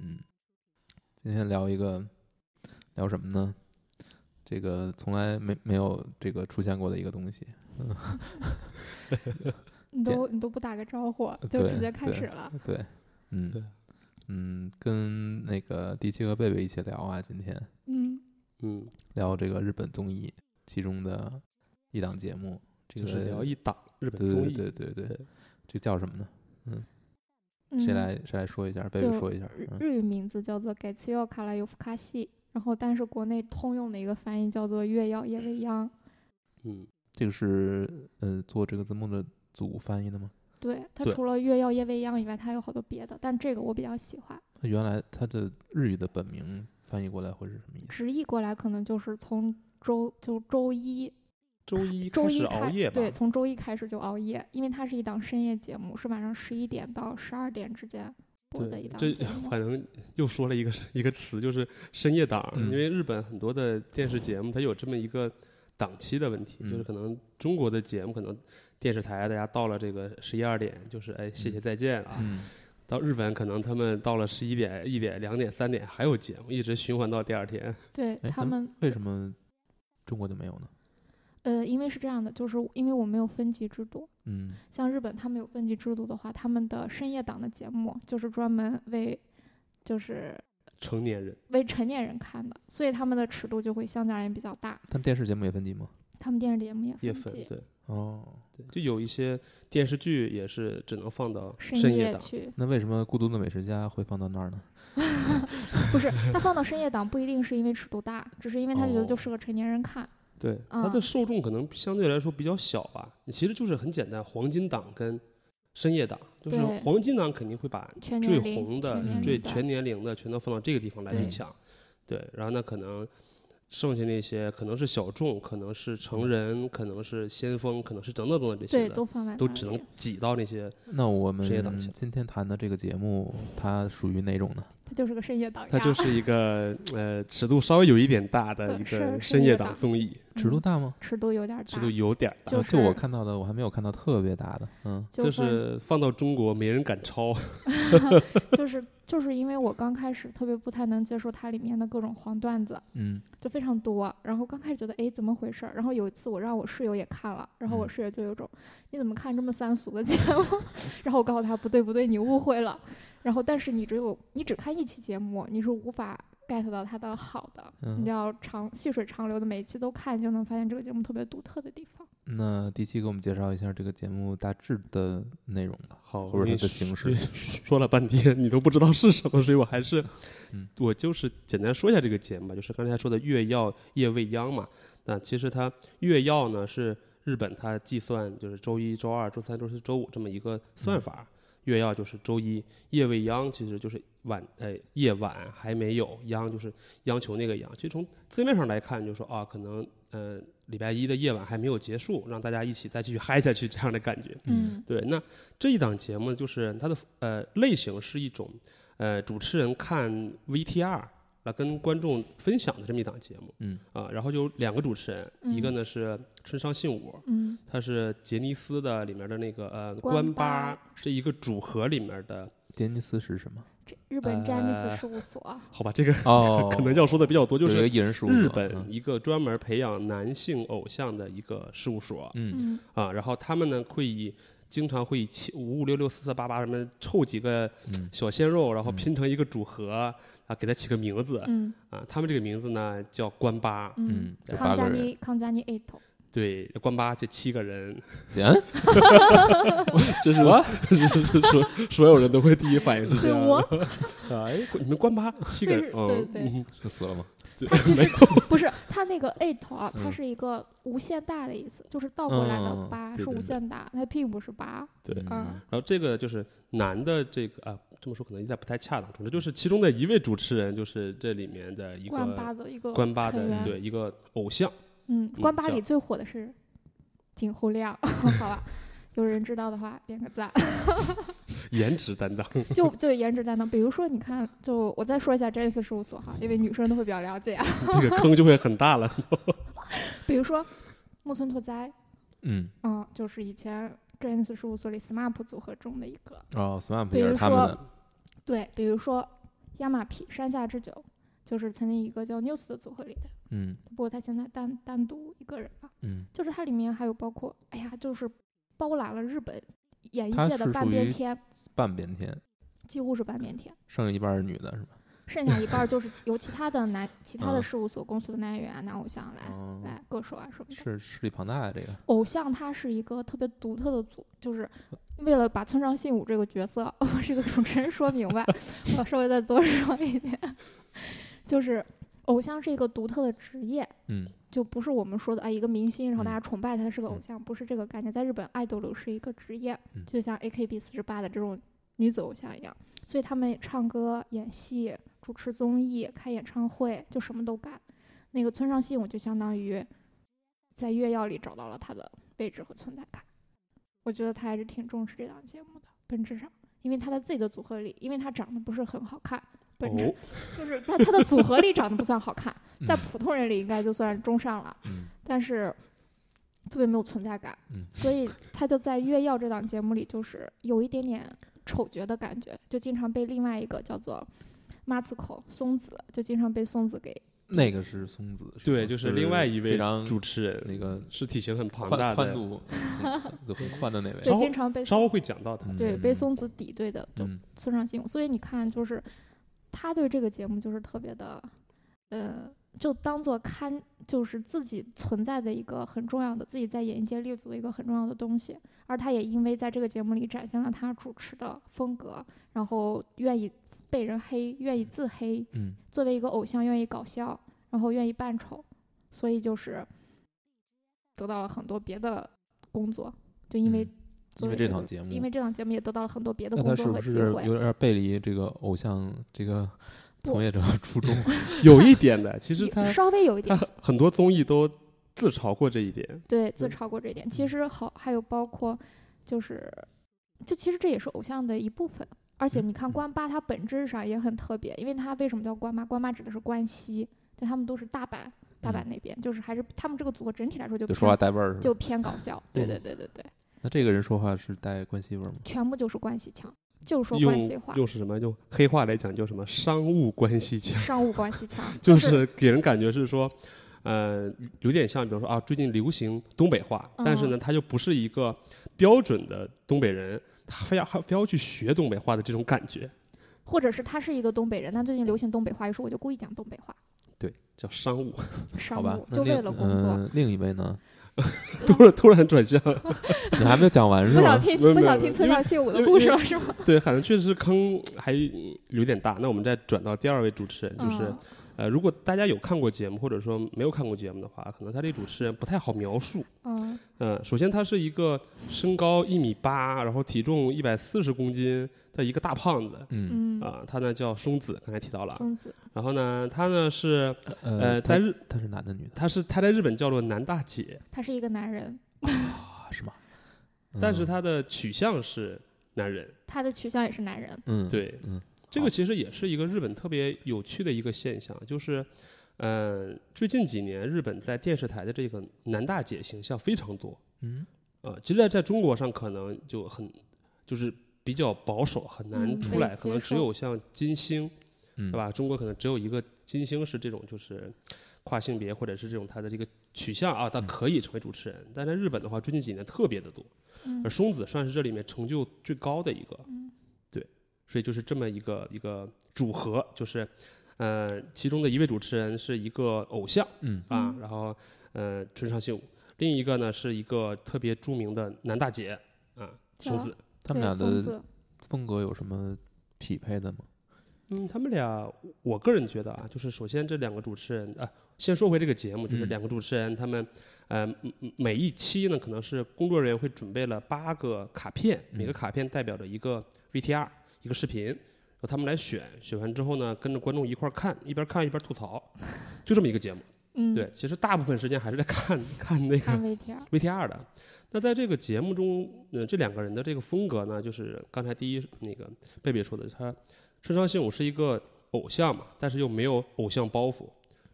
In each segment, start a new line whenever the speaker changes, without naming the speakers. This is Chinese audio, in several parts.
嗯，今天聊一个聊什么呢？这个从来没没有这个出现过的一个东西，
你都你都不打个招呼，就直
对
接开
对
始了。
对，嗯
对
嗯，跟那个迪奇和贝贝一起聊啊，今天
嗯，
嗯，
聊这个日本综艺其中的一档节目，这
就
个
是聊一档日本
对
综
对
艺，
对对对
对，
这叫什么呢？
嗯
谁来谁来说一下？贝贝
就
说一下，
日
嗯
日语名字叫做《改奇奥卡拉尤夫卡西》，然后但是国内通用的一个翻译叫做《月曜夜未央》。
嗯，
这个是呃做这个字幕的组翻译的吗？
对，它
对
除了《月曜夜未央》以外，它有好多别的，但这个我比较喜欢。
它原来它的日语的本名翻译过来会是什么意思？
直译过来可能就是从周就周一
周 一
周
开
一
始
开
熬夜吧，
对，从周一开始就熬夜，因为它是一档深夜节目，是晚上十一点到十二点之间播的一
对，
档
这
节目。
反正又说了一个一个词，就是深夜档，
嗯
因为日本很多的电视节目它有这么一个档期的问题，
嗯
就是可能中国的节目可能电视台大家到了这个十一二点，就是哎谢谢再见啊，
嗯，
到日本可能他们到了十一点、一点、两点、三点还有节目，一直循环到第二天。
对
哎
嗯
他
那
们
为什么中国就没有呢？
呃，因为是这样的，就是因为我们有分级制度，
嗯
像日本他们有分级制度的话，他们的深夜档的节目就是专门为就是
成年人
为成年人看的，所以他们的尺度就会相对而言比较大。
他们电视节目也分级吗？
他们电视节目也
也
分
分
级
对
哦，
对，就有一些电视剧也是只能放到
深
夜
夜
档，
去，
那为什么《孤独的美食家》会放到那儿呢？
不是他放到深夜档不一定是因为尺度大，只是因为他觉得就
哦
适合成年人看。
对，
嗯
它的受众可能相对来说比较小吧。你其实就是很简单，黄金档跟深夜档，就是
对
黄金档肯定会把
全
最
年龄
红的
全年、
最
龄的
全年龄的全都放到这个地方来去
对
抢，对。然后呢，可能剩下那些可能是小众，可能是成人，可能是先锋，可能是等等等等
嗯
这
对
些的，
都放在
都
那
只
里
能挤到那些。
那我们
深夜档期
今天谈的这个节目，它属于哪种呢？
它就是个深夜档呀，
它就是一个呃尺度稍微有一点大的
对
一
是
个
深
深
夜
夜
档
档综艺，
尺度
嗯
大吗？
尺度有点
尺
大
度，有点儿大。
就
啊这我
是
看到的，我还没有看到特别大的。嗯，
就
就
分
是放到中国没人敢超，
就是就是因为我刚开始特别不太能接受它里面的各种黄段子，
嗯
就非常多。然后刚开始觉得哎怎么回事儿，然后有一次我让我室友也看了，然后我
嗯
室友就有种、你怎么看这么三俗的节目？ 然后我告诉他不对不对，你误会了。然后但是你只有你只看一期节目，你是无法 get 到它的好的，你
嗯，
要长细水长流的每一期都看，就能发现这个节目特别独特的地方。
那第七给我们介绍一下这个节目大致的内容吧。
好，
或者
我跟
它的
你
形
说
式
说了半天，你都不知道是什么，所以我还是，
嗯
我就是简单说一下这个节目吧，就是刚才说的月曜夜未央嘛。那其实它月曜呢是日本它计算就是周一周二周三周四周五这么一个
嗯
算法，月曜就是周一，夜未央其实就是晚呃夜晚还没有央就是央求那个央。其实从字面上来看，就说啊可能呃礼拜一的夜晚还没有结束，让大家一起再继续嗨下去这样的感觉。
嗯
对，那这一档节目就是它的呃类型是一种呃主持人看 VTR 来跟观众分享的这么一档节目
嗯
啊、然后有两个主持人，一个
嗯
呢是春商信五，
嗯
他是杰尼斯的里面的那个呃
关
关
八
八是一个组合里面的，
杰尼斯是什么？
这日本詹尼斯
呃
事务所，
好吧，这个
哦
可能要说的比较多，就
有一个
是
艺人事务所
日本
嗯
一个专门培养男性偶像的一个事务所，
嗯
嗯
啊，然后他们呢会以经常会以七五五六六四四八八什么凑几个
嗯
小鲜肉，然后
嗯
拼成一个组合啊，给他起个名字
嗯
啊。他们这个名字呢叫关八，
嗯
嗯，，这
康
八
佳
个人，
妮康佳妮 A 头，
对，关八这七个 人，
嗯，
这是这是 所所有人都会第一反应是这样
我
的啊。 哎，你们关八七个人，
对
嗯，
对
嗯
是死了吗？
对
它其
没
实不是它那个 eight 啊，它
嗯
是一个无限大的意思，就是倒过来的
嗯
八
对
是无
对
限大，它并不是八。
对
嗯
然后这个就是男的这个啊，这么说可能有点不太恰当。总之就是其中的一位主持人，就是这里面的一
关八
个
的一个
关八的
成员
对一个偶像。
嗯，
嗯
关八
叫
里最火的是井户 亮，好吧。有人知道的话，点个赞。
颜值担当，
就就颜值担当，比如说，你看，就我再说一下詹尼斯事务所哈，因为女生都会比较了解啊。
这个坑就会很大了。
比如说，木村拓哉，
嗯，
嗯，就是以前詹尼斯事务所里 SMAP 组合中的一个。
哦，SMAP
比
也
如
是他
说
们的，
对，比如说亚马匹山下智久，就是曾经一个叫 News 的组合里的，
嗯
不过他现在单单独一个人了。
嗯，
就是它里面还有包括，哎呀，就是包揽了日本演艺
它
界的
是
半
属
边
于
天，
半边天，
几乎是半边天，
剩下一半是女的，是吧？
剩下一半儿就是由其 他的男、其他
嗯
的事务所公司的男演员啊、男偶像来、
哦，
来歌手啊什么的。
是势力庞大呀，这个
偶像他是一个特别独特的组，就是为了把村上信五这个角色， 我这个主持人说明白， 我稍微再多说一点， 就是偶像是一个独特的职业，
嗯
就不是我们说的哎一个明星，然后
嗯
大家崇拜他是个偶
嗯
像，不是这个概念。在日本，爱豆流是一个职业，
嗯
就像 AKB 四十八的这种女子偶像一样，所以他们唱歌、演戏、主持综艺、开演唱会，就什么都干。那个村上信五就相当于在月曜里找到了他的位置和存在感，我觉得他还是挺重视这档节目的，本质上，因为他在自己的组合里，因为他长得不是很好看， 本质、
哦，
就是在他的组合里长得不算好看。
嗯
在普通人里应该就算中上了，
嗯
但是特别没有存在感，
嗯
所 以他就在《越曜》这档节目里，就是有一点点丑角的感觉，就经常被另外一个叫做马子口松子，就经常被松子给
那个是松子，吧
对，就是另外一
非
位
常
主持人，
那个
是体型很庞大
宽
的，
宽度很很宽的那位，
对
稍后
经常被
稍后会讲到他。
嗯
对被松子敌对的，就
嗯
村上信五，所以你看，就是他对这个节目就是特别的，呃，就当做看，就是自己存在的一个很重要的，自己在演艺界立足的一个很重要的东西。而他也因为在这个节目里展现了他主持的风格，然后愿意被人黑，愿意自黑，
嗯
作为一个偶像愿意搞笑，然后愿意扮丑，所以就是得到了很多别的工作，就因为
嗯
作
因为
为
这
个
档节目
因为这档节目也得到了很多别的
那
工
他
作
是
和
不
机
是
会。
有点背离这个偶像这个
不
从业者初衷？
有一点的，其实
有
他
稍微有一
他
点
很很多综艺都自嘲过这一点。
对自
嗯
超过这一点。其实好，还有包括就是，就其实这也是偶像的一部分。而且
嗯
你看
嗯
关八，它本质上也很特别，因为它为什么叫关八？关八指的是关西，但他们都是大阪， 大阪
嗯
那边就是还是他们这个组合整体来说就
就说话
偏
带味儿是吧？嗯
就偏搞笑。对对对对对，
那这个人说话是带关系味儿吗？
全部就是关系腔，就是说关
用
系话，
用是什么？用黑话来讲叫什么？商务关 系腔，
商务关 系腔，
就是是给人感觉是说，呃，有点像，比如说啊，最近流行东北话，
嗯
但是呢，他又不是一个标准的东北人，他非要还非要去学东北话的这种感觉，
或者是他是一个东北人，但最近流行东北话，于是我就故意讲东北话，
对，叫商 务。
商
好吧
务，
那
就
另
为了工作。
呃另一位呢？
突然突然转向，
你还没有讲 完是
不
吧？
想听
没有
不
没有
想听村
因为
上信五的
因为
故事
因
了
为
是吗？
对，好像确实是坑还有点大。那我们再转到第二位主持人，就是、
嗯
呃，如果大家有看过节目，或者说没有看过节目的话，可能他这主持人不太好描述。
嗯
嗯，首先他是一个身高一米八，然后体重一百四十公斤的一个大胖子。
嗯
嗯
啊、他呢叫松子，刚才提到了。
松子
然后呢，他呢是呃，
嗯
呃，
在
他
日
他是男的女的
他是他在日本叫做男大姐，
他是一个男人，
啊？是吗？
但是
嗯
他的取向是男人。
他的取向也是男人。
嗯
对
嗯
这个其实也是一个日本特别有趣的一个现象，就是，嗯，最近几年日本在电视台的这个男大姐形象非常多，
嗯
呃，其实在在中国上可能就很就是比较保守，很难
嗯
出
被
来，可能
接
只有像金星，
嗯
对吧？中国可能只有一个金星是这种就是跨性别或者是这种他的这个取向啊，他
嗯
可以成为主持人，但在日本的话，最近几年特别的多，
嗯
而松子算是这里面成就最高的一个。
嗯
所以就是这么一个一个组合，就是，呃，其中的一位主持人是一个偶像
嗯
啊，
嗯
然后呃村上信五，另一个呢是一个特别著名的男大姐啊松
叫
子，
他们
对
俩
松
的
子
风格有什么匹配的吗？
嗯，他们俩，我个人觉得啊，就是首先这两个主持人啊，先说回这个节目，就是
嗯
两个主持人他们，呃，嗯嗯每一期呢可能是工作人员会准备了八个卡片，每
嗯
个卡片代表着一个 VTR 一个视频，然后他们来选，选完之后呢跟着观众一块儿看，一边看一边吐槽，就这么一个节目。
嗯
对，其实大部分时间还是在看看那
看
个
VTR
VTR 的。那在这个节目中，呃，这两个人的这个风格呢，就是刚才第一那个贝贝说的，他村上信五是一个偶像嘛，但是又没有偶像包袱，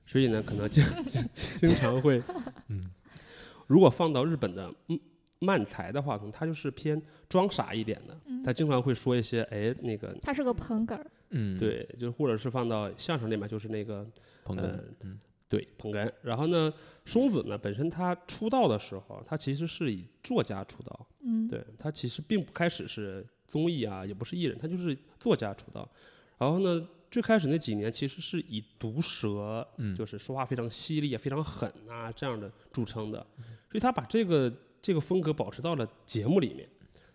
所 以呢，可能经经经常会，
嗯，
如果放到日本的嗯漫才的话，可能他就是偏装傻一点的，
嗯
他经常会说一些哎那个
他是个捧哏儿，
嗯，，
对，就或者是放到相声里面就是那个
捧哏
呃，
嗯
对捧哏。然后呢，松子呢本身他出道的时候，他其实是以作家出道，
嗯，
对他其实并不开始是综艺啊，也不是艺人，他就是作家出道。然后呢，最开始那几年其实是以毒舌，
嗯，
就是说话非常犀利啊、非常狠啊这样的著称的，所以他把这个这个风格保持到了节目里面。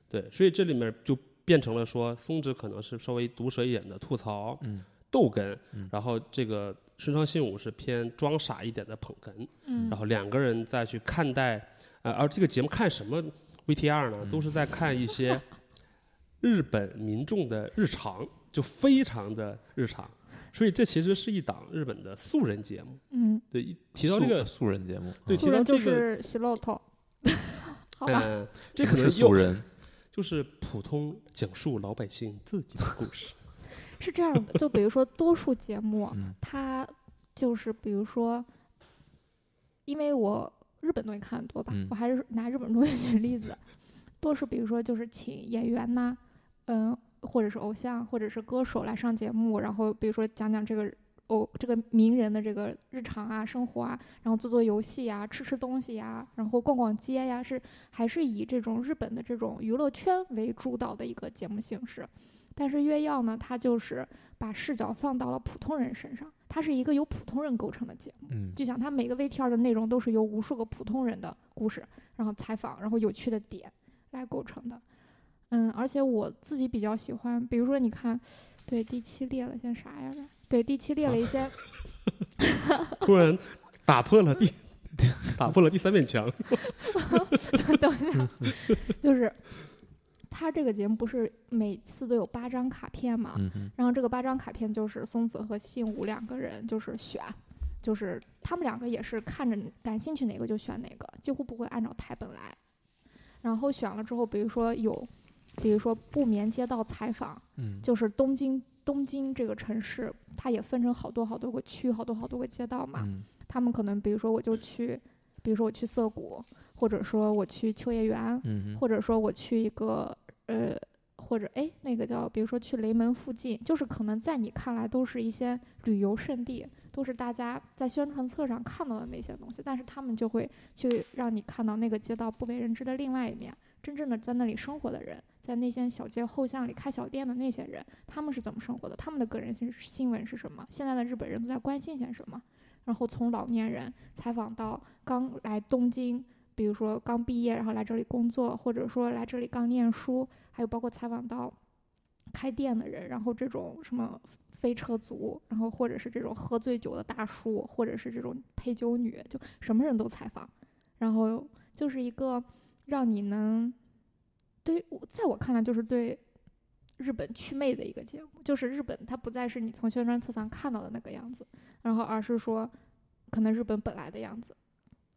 对，所以这里面就变成了说，松子可能是稍微毒舌一点的吐槽，
嗯，
逗哏
嗯，
然后这个孙昌信武是偏装傻一点的捧哏，
嗯，
然后两个人再去看待，呃，而这个节目看什么 VTR 呢？
嗯
都是在看一些日本民众的日常，就非常的日常。所以这其实是一档日本的素人节目。
嗯，
对，一提到这
素
个，
素人节目，
对
嗯
素
提到
人就
这个
是洗漏头，好吧，
嗯、这可能
是素
又
人，
就是普通讲述老百姓自己的故 事。
是这样的，就比如说多数节目，啊
嗯
它就是比如说，因为我日本东西看的多吧，
嗯
我还是拿日本东西举例子，多是比如说就是请演员呐、嗯，或者是偶像，或者是歌手来上节目，然后比如说讲讲这个偶这个名人的这个日常啊、生活啊，然后做做游戏呀、吃吃东西呀、啊然后逛逛街呀、是还是以这种日本的这种娱乐圈为主导的一个节目形式。但是月曜呢，它就是把视角放到了普通人身上，它是一个由普通人构成的节目。
嗯
就想它每个 VTR 的内容都是由无数个普通人的故事，然后采访，然后有趣的点来构成的。嗯，而且我自己比较喜欢，比如说你看，对第七列了些啥呀？对第七列了一些，
突然打破了第打破了第三面墙。
等一下， 就是他这个节目不是每次都有八张卡片嘛？
嗯哼
然后这个八张卡片就是松子和信武两个人就是选，就是他们两个也是看着感兴趣哪个就选哪个，几乎不会按照台本来。然后选了之后，比如说有，比如说不眠街道采访，
嗯，
就是东京东京这个城市，它也分成好多好多个区，好多好多个街道嘛。
嗯
他们可能比如说我就去，比如说我去涩谷，或者说我去秋叶原，
嗯哼，
或者说我去一个呃，或者哎那个叫，比如说去雷门附近，就是可能在你看来都是一些旅游胜地，都是大家在宣传册上看到的那些东西，但是他们就会去让你看到那个街道不为人知的另外一面，真正的在那里生活的人。在那些小街后巷里开小店的那些人，他们是怎么生活的？他们的个人新新闻是什么？现在的日本人都在关心些什么？然后从老年人采访到刚来东京比如说刚毕业然后来这里工作，或者说来这里刚念书，还有包括采访到开店的人，然后这种什么飞车族，然后或者是这种喝醉酒的大叔，或者是这种陪酒女，就什么人都采访，然后就是一个让你能对于我在我看来就是对。日本祛魅的一个节目，就是日本它不再是你从宣传册上看到的那个样子，然后而是说，可能日本本来的样子，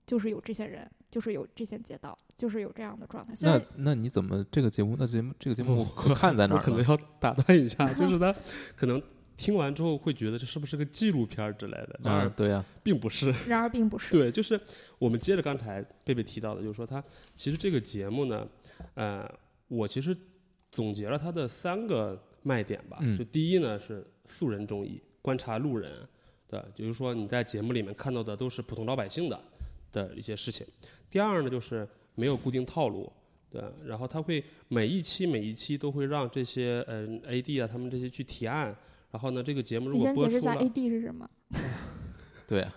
就是有这些人，就是有这些街道，就是有这样的状态。虽然
那那你怎么这个节目？那节目这个节目可看在哪
我
儿
可能
了？啊
要打断一 下，就是他可能听完之后会觉得这是不是个纪录片儿之类的，然
啊
而，
对呀，
并不是。
然而并不是。
对，就是我们接着刚才贝贝提到的，就是说他其实这个节目呢，呃，我其实总结了它的三个卖点吧。
嗯
就第一呢是素人综艺，观察路人，对，就是说你在节目里面看到的都是普通老百姓的的一些事情。第二呢就是没有固定套路。对，然后他会每一期每一期都会让这些嗯、呃 AD 啊他们这些去提案，然后呢这个节目如
你
果
先
播
解释
出
一下
了，
AD 是什么？
对呀，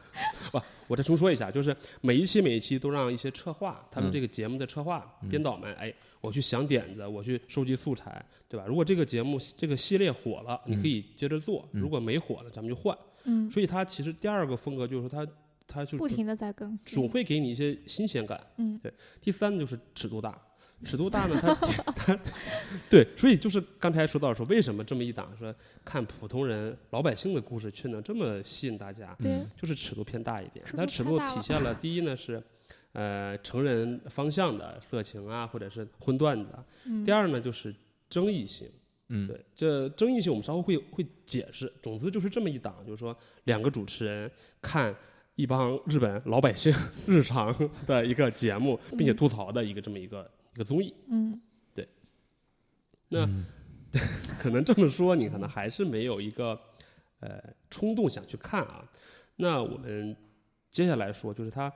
我再重说一下，就是每一期每一期都让一些策划，他们
嗯
这个节目的策划、
嗯
编导们，哎，我去想点子，我去收集素材，对吧？如果这个节目这个系列火了，
嗯
你可以接着做；
嗯
如果没火了，咱们就换。
嗯，
所以它其实第二个风格就是它，它就
不停的在更
总
新。
会给你一些新鲜感。
嗯，
对。第三就是尺度大，尺度大呢，它它 对，所以就是刚才说到说，为什么这么一档说看普通人老百姓的故事，却能这么吸引大家？
对
嗯
就是尺度偏大一点
尺。度
它尺
太
度
大
体
了
现了第一呢是，呃，成人方向的色情啊，或者是荤段子啊；
嗯，
第二呢就是争议性。
嗯，
对，这争议性我们稍后会会解释。总之就是这么一档，就是说两个主持人看。一帮日本老百姓 日常的一个节目，并且吐槽的一个这么一个一个综艺。
嗯
那
嗯
可能这么说，你可能还是没有一个呃冲动想去看啊。那我们接下来说，就是他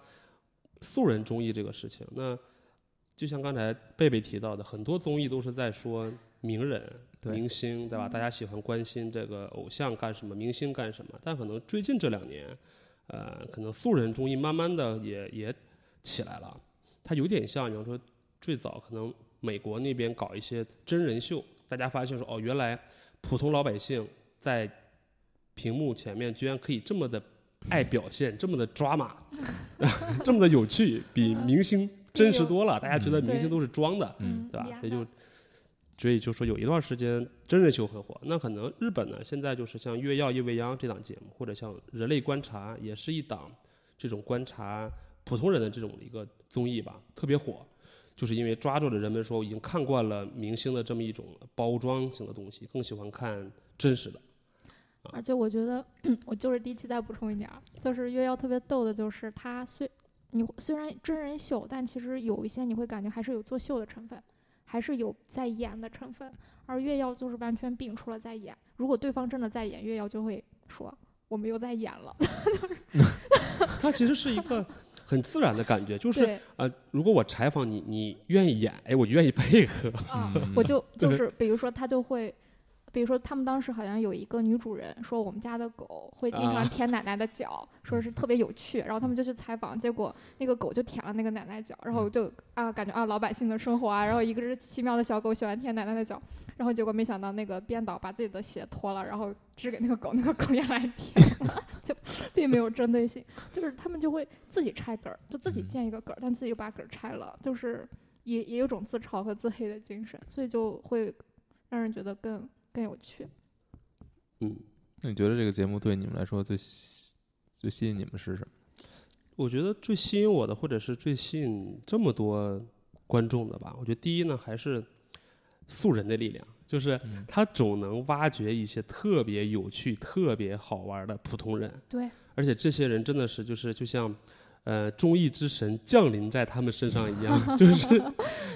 素人综艺这个事情。那就像刚才贝贝提到的，很多综艺都是在说名人、
对
明星，对吧？大家喜欢关心这个偶像干什么，明星干什么。但可能最近这两年，呃，可能素人综艺慢慢的也也起来了。它有点像，比方说最早可能美国那边搞一些真人秀，大家发现说哦，原来普通老百姓在屏幕前面居然可以这么的爱表现，这么的抓马， 这么的有趣，比明星真实多了。大家觉得明星都是装的，
嗯
嗯，
对吧
一？样
所以就
的，
所以就说有一段时间真人秀很火。那可能日本呢，现在就是像《越曜夜未央》这档节目，或者像《人类观察》，也是一档这种观察普通人的这种一个综艺吧，特别火。就是因为抓住了人们说已经看惯了明星的这么一种包装型的东西，更喜欢看真实的。
而且我觉得，我就是第一期再补充一点儿，就是月曜特别逗的，就是它虽你会虽然真人秀，但其实有一些你会感觉还是有作秀的成分，还是有在演的成分。而月曜就是完全摒除了在演，如果对方真的在演，月曜就会说我们又在演了。
它其实是一个很自然的感觉，就是
对，
呃，如果我采访你，你愿意演，哎，我愿意配合。
啊，
嗯
我就就是比如说他就会。比如说，他们当时好像有一个女主人说，我们家的狗会经
啊
常舔奶奶的脚，说是特别有趣。然后他们就去采访，结果那个狗就舔了那个奶奶脚，然后就啊感觉啊老百姓的生活啊，然后一个是奇妙的小狗喜欢舔奶奶的脚，然后结果没想到那个编导把自己的鞋脱了，然后指给那个狗，那个狗也来舔，就 并没有针对性，就是他们就会自己拆梗儿，就自己
嗯
建一个梗儿，但自己又把梗儿拆了，就是也也有种自嘲和自黑的精神，所以就会让人觉得更更有趣。
嗯，
那你觉得这个节目对你们来说最吸最吸引你们是什么？
我觉得最吸引我的，或者是最吸引这么多观众的吧，我觉得第一呢还是素人的力量，就是
嗯
他总能挖掘一些特别有趣、特别好玩的普通人，
对，
而且这些人真的是就是就像。呃，综艺之神降临在他们身上一样， 就是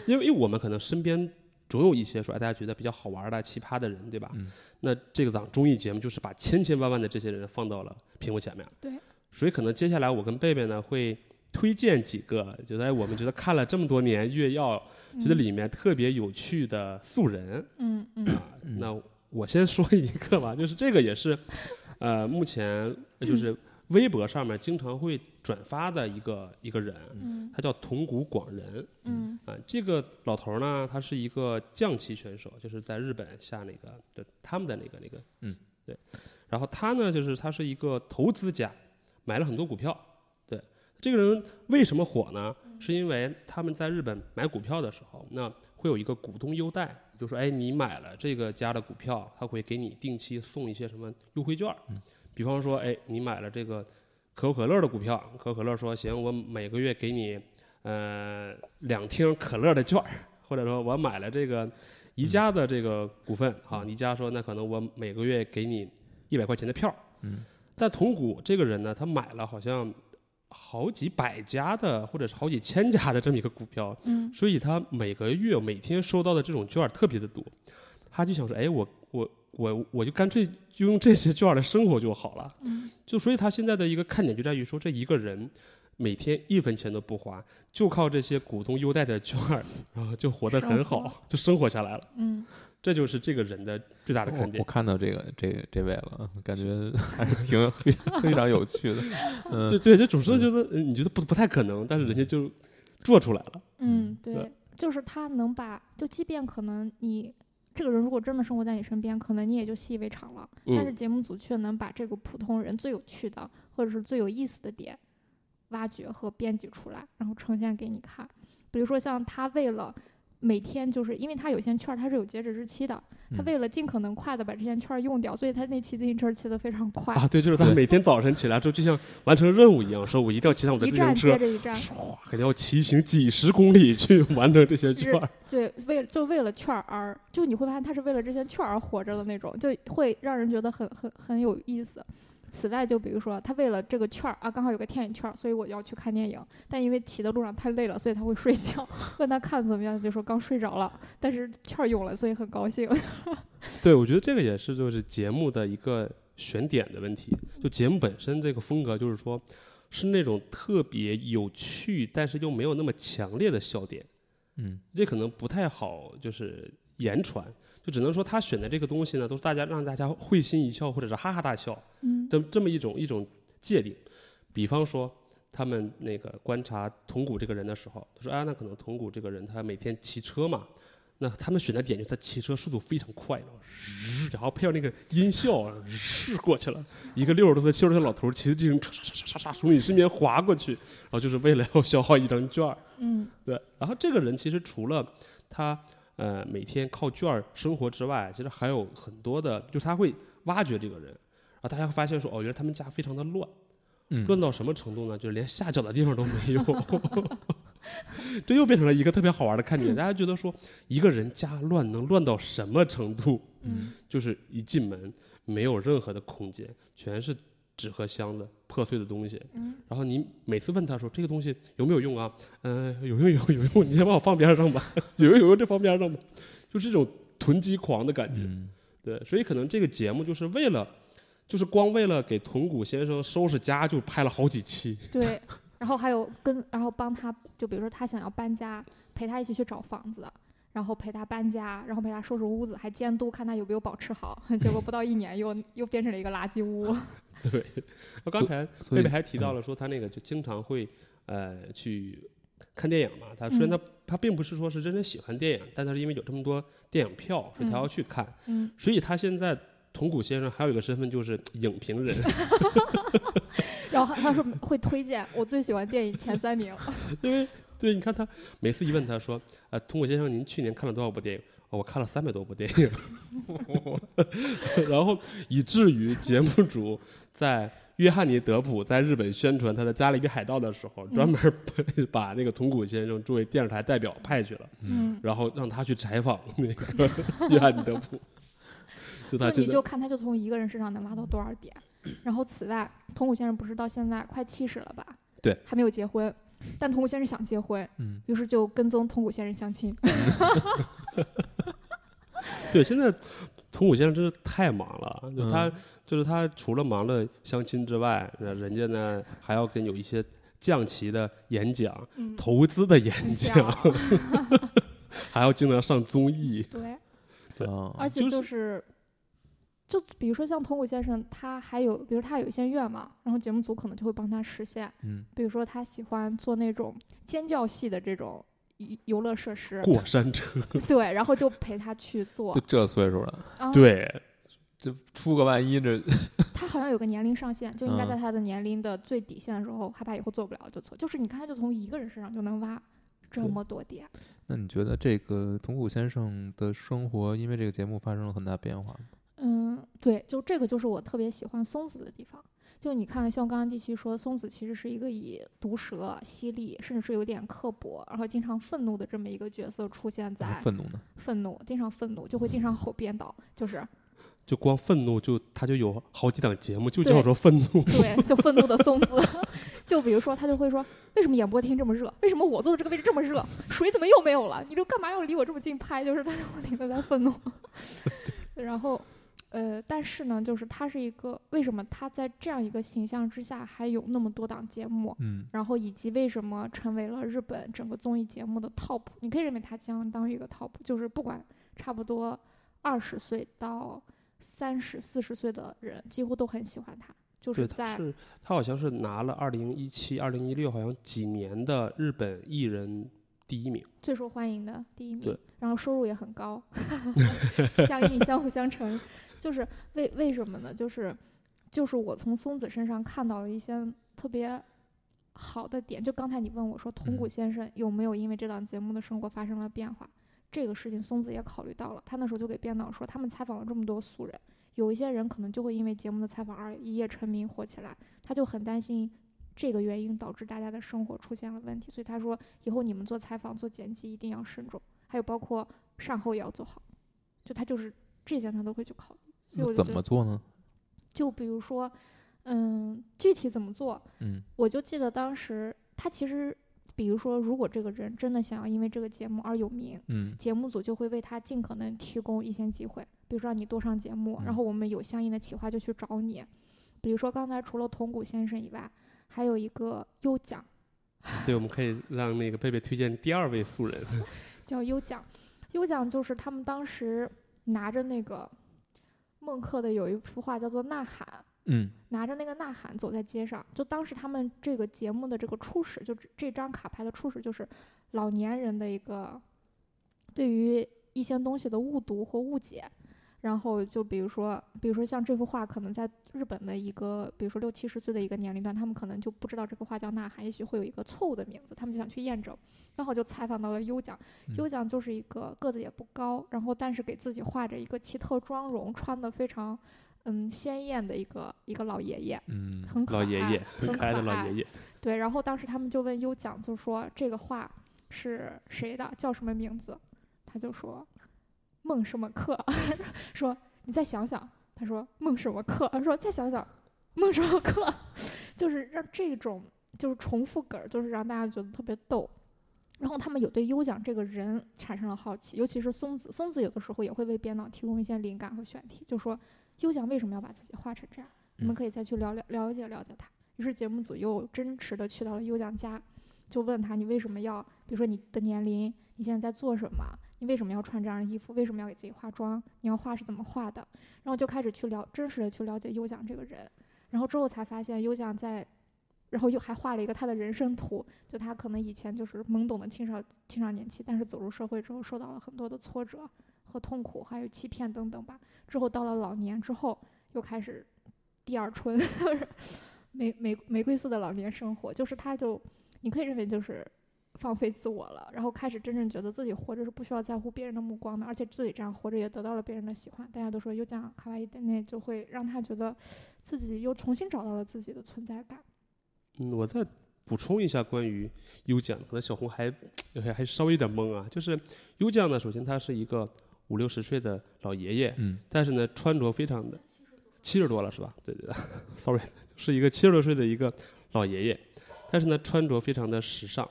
因为因为我们可能身边总有一些说，哎，大家觉得比较好玩的、奇葩的人，对吧？
嗯
那这个档综艺节目就是把千千万万的这些人放到了屏幕前面。
对。
所以可能接下来我跟贝贝呢会推荐几个，觉得哎，我们觉得看了这么多年《越曜》，觉得里面特别有趣的素人。
嗯嗯
嗯
那我先说一个吧，就是这个也是，呃，目前就是微博上面经常会转发的一个一个人，
嗯
他叫铜鼓广人。
嗯
啊，这个老头儿呢，他是一个将棋选手，就是在日本下那个，就他们的那个那个，
嗯，
对。然后他呢，就是他是一个投资家，买了很多股票。对，这个人为什么火呢？是因为他们在日本买股票的时候，那会有一个股东优待，就说，哎，你买了这个家的股票，他会给你定期送一些什么优惠券儿。比方说，哎，你买了这个可口可乐的股票，可口可乐说，行，我每个月给你呃两听可乐的券儿，或者说我买了这个宜家的这个股份，哈、宜家说那可能我每个月给你一百块钱的票，
嗯，
但同股这个人呢，他买了好像好几百家的或者是好几千家的这么一个股票，
嗯
所以他每个月每天收到的这种券儿特别的多，他就想说，哎，我我我我就干脆就用这些券儿来生活就好了。
嗯
就所以他现在的一个看点就在于说，这一个人每天一分钱都不花，就靠这些股东优待的券儿，然后就活得很
生活
好，就生活下来了。
嗯，
这就是这个人的最大的看
我我
点。
看到这个这个这位了，感觉还是挺 非常非常有趣 的。嗯
对，对，就总是觉得嗯你觉得不不太可能，但是人家就做出来了。
嗯，对
对，
就是他能把，就即便可能你这个人如果真的生活在你身边，可能你也就习以为常了，但是
嗯，
节目组却能把这个普通人最有趣的或者是最有意思的点挖掘和编辑出来，然后呈现给你看。比如说像他为了每天就是因为他有些券儿它是有截止日期的，他
嗯
为了尽可能快的把这些券儿用掉，所以他那骑自行车骑得非常快，
啊，对，就是他
对
每天早晨起来之后，就像完成任务一样，说我一定要骑上我的
一
自
站
行
接
车，
着一站，
肯定要骑行几十公里去完成这些
是
券儿。
对，为就为了券儿而，就你会发现他是为了这些券儿而活着的那种，就会让人觉得很很很有意思。此外，就比如说他为了这个券儿啊，刚好有个电影券儿，所以我要去看电影。但因为骑的路上太累了，所以他会睡觉。 问他看怎么样，他就说刚睡着了，但是券儿用了，所以很高兴。
对，我觉得这个也是就是节目的一个选点的问题。就节目本身这个风格，就是说是那种特别有趣，但是又没有那么强烈的笑点，
嗯
这可能不太好就是言传。就只能说他选的这个东西呢，都是大家让大家会心一笑，或者是哈哈大笑，
嗯
这这么一种一种界定。比方说，他们那个观察铜鼓这个人的时候，他说：“啊，那可能铜鼓这个人他每天骑车嘛。”那他们选的点就是他骑车速度非常快，然后日然后配上那个音效，啊是过去了。一个六十多岁、七十多岁老头儿骑着自行车，唰唰唰唰唰从你身边划过去，然后就是为了要消耗一张券儿。
嗯
对，然后这个人其实除了他呃每天靠券儿生活之外，其实还有很多的，就是他会挖掘这个人，然后大家会发现说，哦，原来他们家非常的乱，
嗯，
乱到什么程度呢？就是连下脚的地方都没有。 这又变成了一个特别好玩的看点，大家觉得说一个人家乱能乱到什么程度？
嗯
就是一进门没有任何的空间，全是纸和箱子、破碎的东西。
嗯，
然后你每次问他说这个东西有没有用啊？嗯、有用有用有用，你先把我放边上吧， 有用有用，这放边上吧，就这种囤积狂的感觉。
嗯
对，所以可能这个节目就是为了，就是光为了给铜鼓先生收拾家就拍了好几期。
对。然后还有跟，然后帮他，就比如说他想要搬家，陪他一起去找房子，然后陪他搬家，然后陪他收拾屋子，还监督看他有没有保持好。 结果不到一年又又变成了一个垃圾屋。
对，我刚才
所
贝
以嗯
贝还提到了说他那个就经常会呃去看电影嘛，他虽然他、他并不是说是真正喜欢电影，但他是因为有这么多电影票，所以他要去看。
嗯，
所以他现在铜鼓先生还有一个身份就是影评人，
然后他说会推荐我最喜欢电影前三 名。
因为 对，你看他每次一问他说，呃，铜鼓先生，您去年看了多少部电影？哦、我看了三百多部电 影， 然后以至于节目组在约翰尼·德普在日本宣传他的《加勒比海盗》的时候，专门
嗯
把那个铜鼓先生作为电视台代表派去了，
嗯，
然后让他去采访那个 约翰尼·德普。 就他
就
现
你
在
就看他就从一个人身上能挖到多少点。然后此外，童谷先生不是到现在快七十了吧？
对，
还没有结婚，但童谷先生想结婚，
嗯
于是就跟踪童谷先生相亲。
对，现在童武先生真是太忙了，就
嗯
他、就是他除了忙着相亲之外，那人家呢还要跟有一些降旗的演讲、
嗯，
投资的演
很
讲，
像
还要经常上 综艺。
对，
对
啊
而且
就
就是。就比如说像童谷先生，他还有，比如他有一些愿望，然后节目组可能就会帮他实现。
嗯
比如说他喜欢做那种尖叫系的这种游游乐设施，
过山车，
对，然后就陪他去做
就。这岁数了，
啊、
对，
这出个万一这
他好像有个年龄上限，就应该
嗯
在他的年龄的最底线的时候，害怕以后做不了就错。就是你看，他就从一个人身上就能挖这
对
么多点。
那你觉得这个铜鼓先生的生活因为这个节目发生了很大变化吗？
嗯，对，就这个就是我特别喜欢松子的地方。就你看，像刚刚地区说，松子其实是一个以毒舌、犀利，甚至是有点刻薄，然后经常愤怒的这么一个角色出现
还
在
愤怒呢？
愤怒，经常愤怒，就会经常吼 编导，就是
就光愤怒就他就有好几档节目就
对
叫做愤 怒。
对，就愤怒的松子。 就比如说，他就会说：“为什么演播厅这么热？为什么我坐的这个位置这么热？水怎么又没有了？你就干嘛要离我这么近拍？”就是他就不停的在愤怒。 然后，呃，但是呢，就是他是一个为什么他在这样一个形象之下还有那么多档节目？
嗯
然后以及为什么成为了日本整个综艺节目的 top，你可以认为它相当于一个 top，就是不管差不多二十岁到三十四十岁的人，几乎都很喜欢他，就
对，
是
他
在
是他好像是拿了二零一七、二零一六，好像几年的日本艺人第一名。
最受欢迎的第一名
对，
然后收入也很高， 相应相辅相成，就是为为什么呢？就是就是我从松子身上看到了一些特别好的点，就刚才你问我说，铜鼓
嗯
先生有没有因为这档节目的生活发生了变化？这个事情松子也考虑到了，他那时候就给编导说，他们采访了这么多素人，有一些人可能就会因为节目的采访而一夜成名火起来，他就很担心这个原因导致大家的生活出现了问题，所以他说以后你们做采访、做剪辑一定要慎重，还有包括善后也要做好，就他就是这些他都会去考虑。所以
那
我就
怎
觉
么
得，
做呢？
就比如说，嗯，具体怎么做，
嗯
我就记得当时他其实，比如说，如果这个人真的想要因为这个节目而有名，
嗯
节目组就会为他尽可能提供一些机会，比如说让你多上节目，
嗯
然后我们有相应的企划就去找你。比如说刚才除了铜鼓先生以外，还有一个优奖
对，我们可以让那个贝贝推荐第二位素人，
叫优奖，优奖就是他们当时拿着那个孟克的有一幅画叫做《呐喊》，
嗯
拿着那个呐喊走在街上，就当时他们这个节目的这个初始，就这这张卡牌的初始，就是老年人的一个对于一些东西的误读或误解。然后就比如说，比如说像这幅画，可能在日本的一个，比如说六七十岁的一个年龄段，他们可能就不知道这幅画叫《呐喊》，也许会有一个错误的名字，他们就想去验证。刚好就采访到了优奖，
嗯
优奖就是一个个子也不高，然后但是给自己画着一个奇特妆容，穿的非常嗯鲜艳的一个一个老爷爷，
嗯
很可
老
爱，
爷爷，
很
可爱的老
爱
爷爷，
对，然后当时他们就问优奖，就说这个画是谁的，叫什么名字？他就说孟什么克， 说你再想想。他说孟什么克，说再想想孟什么克， 就是让这种就是重复梗儿，就是让大家觉得特别逗。然后他们有对优奖这个人产生了好奇，尤其是松子，松子有的时候也会为编导提供一些灵感和选题，就说优奖为什么要把自己画成这样？你们
嗯
可以再去了了了解了解他。于是节目组又真实的去到了优奖家，就问他你为什么要，比如说你的年龄，你现在在做什么？你为什么要穿这样的衣服？为什么要给自己化妆？你要画是怎么画的？然后就开始去了真实的去了解优奖这个人，然后之后才发现优奖在，然后又还画了一个他的人生图，就他可能以前就是懵懂的青少青少年期，但是走入社会之后受到了很多的挫折和痛苦，还有欺骗等等吧。之后到了老年之后，又开始第二春，玫玫玫瑰色的老年生活，就是他就你可以认为就是放飞自我了，然后开始真正觉得自己活着是不需要在乎别人的目光的，而且自己这样活着也得到了别人的喜欢。大家都说优酱卡哇伊的那就会让他觉得自己又重新找到了自己的存在感。
嗯，我再补充一下关于优奖，可能小红还还还稍微有点懵啊。就是优奖呢，首先他是一个五六十岁的老爷爷，
嗯
但是呢，穿着非常的七十多了是吧？对对 对，sorry，是一个七十多岁的一个老爷爷，但是呢，穿着非常的时尚。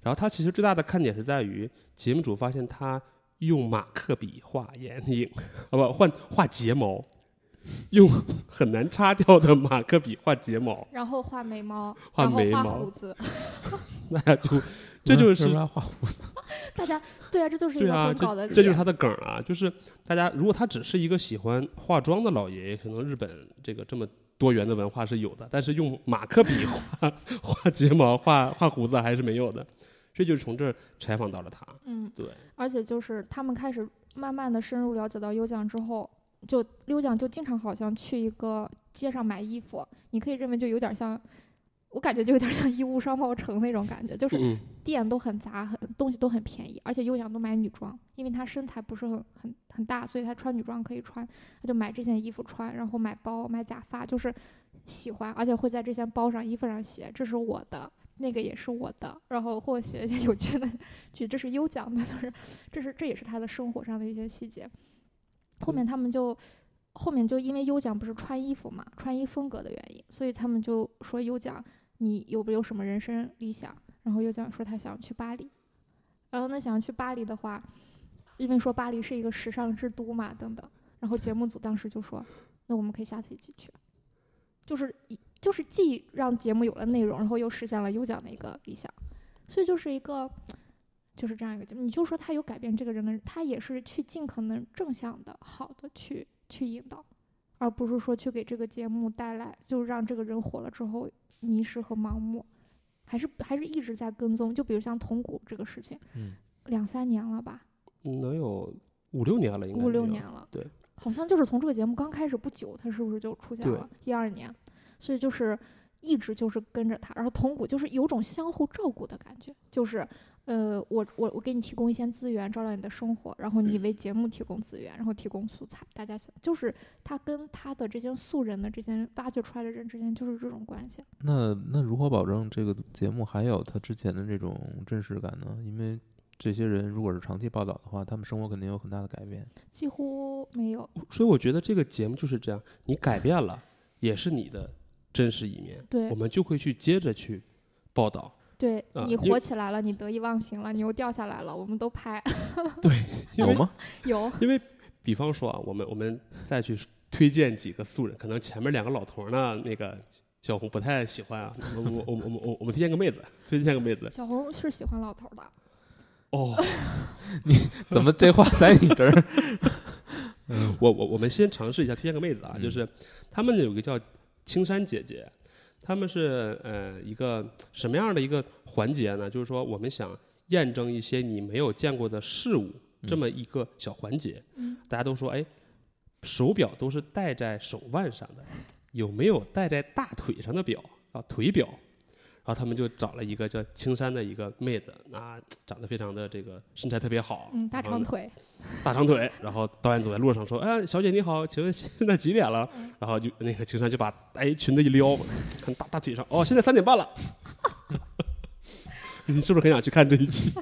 然后他其实最大的看点是在于节目组发现他用马克笔画眼影， 啊不换画睫毛，用很难擦掉的马克笔画睫毛，
然后画眉毛，
画
然后
眉
画
毛
胡子，
那就这就
为
是
什么要画胡子？
大家对啊，这就是一
对
个
啊，
很搞的
这这就是
点
他的梗儿啊！就是大家，如果他只是一个喜欢化妆的老爷爷，可能日本这个这么多元的文化是有的，但是用马克笔画 画睫毛、画画胡子还是没有的。这就是从这儿采访到了他。
嗯，
对，
而且就是他们开始慢慢的深入了解到优酱之后，就优酱就经常好像去一个街上买衣服，你可以认为就有点像，我感觉就有点像义乌商贸城那种感觉，就是
嗯，
店都很杂，很东西都很便宜，而且优奖都买女装，因为她身材不是很很很大，所以她穿女装可以穿，她就买这件衣服穿，然后买包、买假发，就是喜欢，而且会在这件包上、衣服上写这是我的，那个也是我的，然后或写一些 有趣的句，这是优奖的， 就是这是这也是她的生活上的一些细节。后面他们就。后面就因为优奖不是穿衣服嘛，穿衣风格的原因，所以他们就说优奖你有没有什么人生理想？然后又讲说他想去巴黎，然后那想去巴黎的话，因为说巴黎是一个时尚之都嘛，等等。然后节目组当时就说，那我们可以下次一起去，就是一就是既让节目有了内容，然后又实现了有奖的一个理想，所以就是一个就是这样一个节目。你就说他有改变这个人的，他也是去尽可能正向的、好的去去引导，而不是说去给这个节目带来，就让这个人火了之后迷失和盲目，还是还是一直在跟踪。就比如像铜鼓这个事情，
嗯
两三年了吧，
嗯能有五六年了，应该
五六
没有
年。了，
对，
好像就是从这个节目刚开始不久，他是不是就出现
对
了？一二年，所以就是一直就是跟着他，然后铜鼓就是有种相互照顾的感觉，就是。呃，我我我给你提供一些资源，照料你的生活，然后你为节目提供资源，然后提供素材，大家想就是他跟他的这些素人的这些挖掘出来的人之间就是这种关系。
那那如何保证这个节目还有它之前的这种真实感呢？因为这些人如果是长期报道的话，他们生活肯定有很大的改变。
几乎没有。
所以我觉得这个节目就是这样，你改变了，也是你的真实一面，
对
我们就会去接着去报道。
对
啊
你
因为
火起来了，你得意忘形了，牛掉下来了，我们都拍
因
有
为
吗？
有。
因为比方说啊，我们我们再去推荐几个素人，可能前面两个老头儿呢，那个小红不太喜欢啊。我我我我我我们推荐个妹子，推荐个妹子。
小红是喜欢老头儿的，
哦，
怎么这话在你这儿？
我我我们先尝试一下推荐个妹子啊，就是他们有一个叫青山姐姐，他们是呃一个什么样的一个环节呢？就是说我们想验证一些你没有见过的事物，这么一个小环节。
嗯，
大家都说，哎，手表都是戴在手腕上的，有没有戴在大腿上的表啊？腿表。然后他们就找了一个叫青山的一个妹子，啊，长得非常的这个身材特别好，
嗯，大
然后
长
呢
腿，
大长腿，然后导演走在路上说：“哎，小姐你好，请问现在几点了？”
嗯
然后就那个青山就把哎裙子一撩，看大大腿上，哦，现在三 点半了。你是不是很想去看这一期？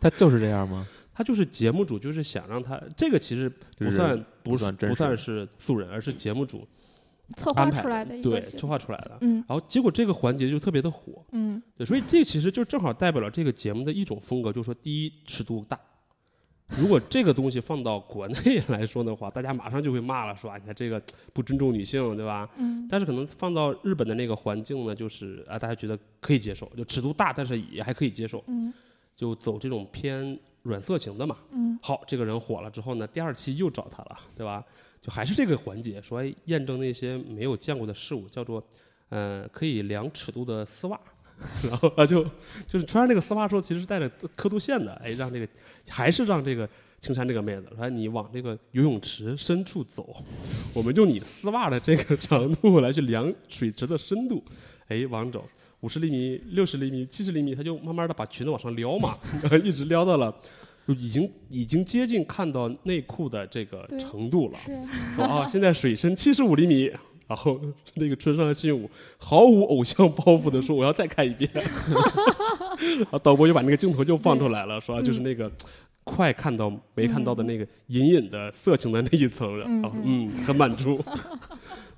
他就是这样吗？
他就是节目组，就是想让他这个其实不算
不
不是
算真
不算
实
是素人，而是节目组
策划
安排
出来的一个
对
角
策
色，
划出来的。
嗯
然后结果这个环节就特别的火，
嗯，
对，所以这其实就正好代表了这个节目的一种风格，就是说第一尺度大。如果这个东西放到国内来说的话，大家马上就会骂了，说啊，你看这个不尊重女性，对吧？
嗯，
但是可能放到日本的那个环境呢，就是啊，大家觉得可以接受，就尺度大，但是也还可以接受，
嗯
就走这种偏软色情的嘛。
嗯
好，这个人火了之后呢，第二期又找他了，对吧？就还是这个环节，说哎验证那些没有见过的事物，叫做呃可以量尺度的丝袜。 然后他就就是穿上那个丝袜之后，其实是带着刻度线的，哎，让这个还是让这个青山这个妹子说哎你往这个游泳池深处走，我们用你丝袜的这个长度来去量水池的深度，哎，往走五十厘米、六十厘米、七十厘米，他就慢慢的把裙子往上撩嘛，然后一直撩到了。就已经已经接近看到内裤的这个
对
程度了，
是，
说啊，现在水深七十五厘米。然后那个村上信五毫无偶像包袱的说：“我要再看 一遍。” 啊，导播就把那个镜头就放出来了，说、啊、
嗯
就是那个、快看到没看到的那个隐隐的色情的那一层了。
嗯
啊，
嗯
嗯，很满 足。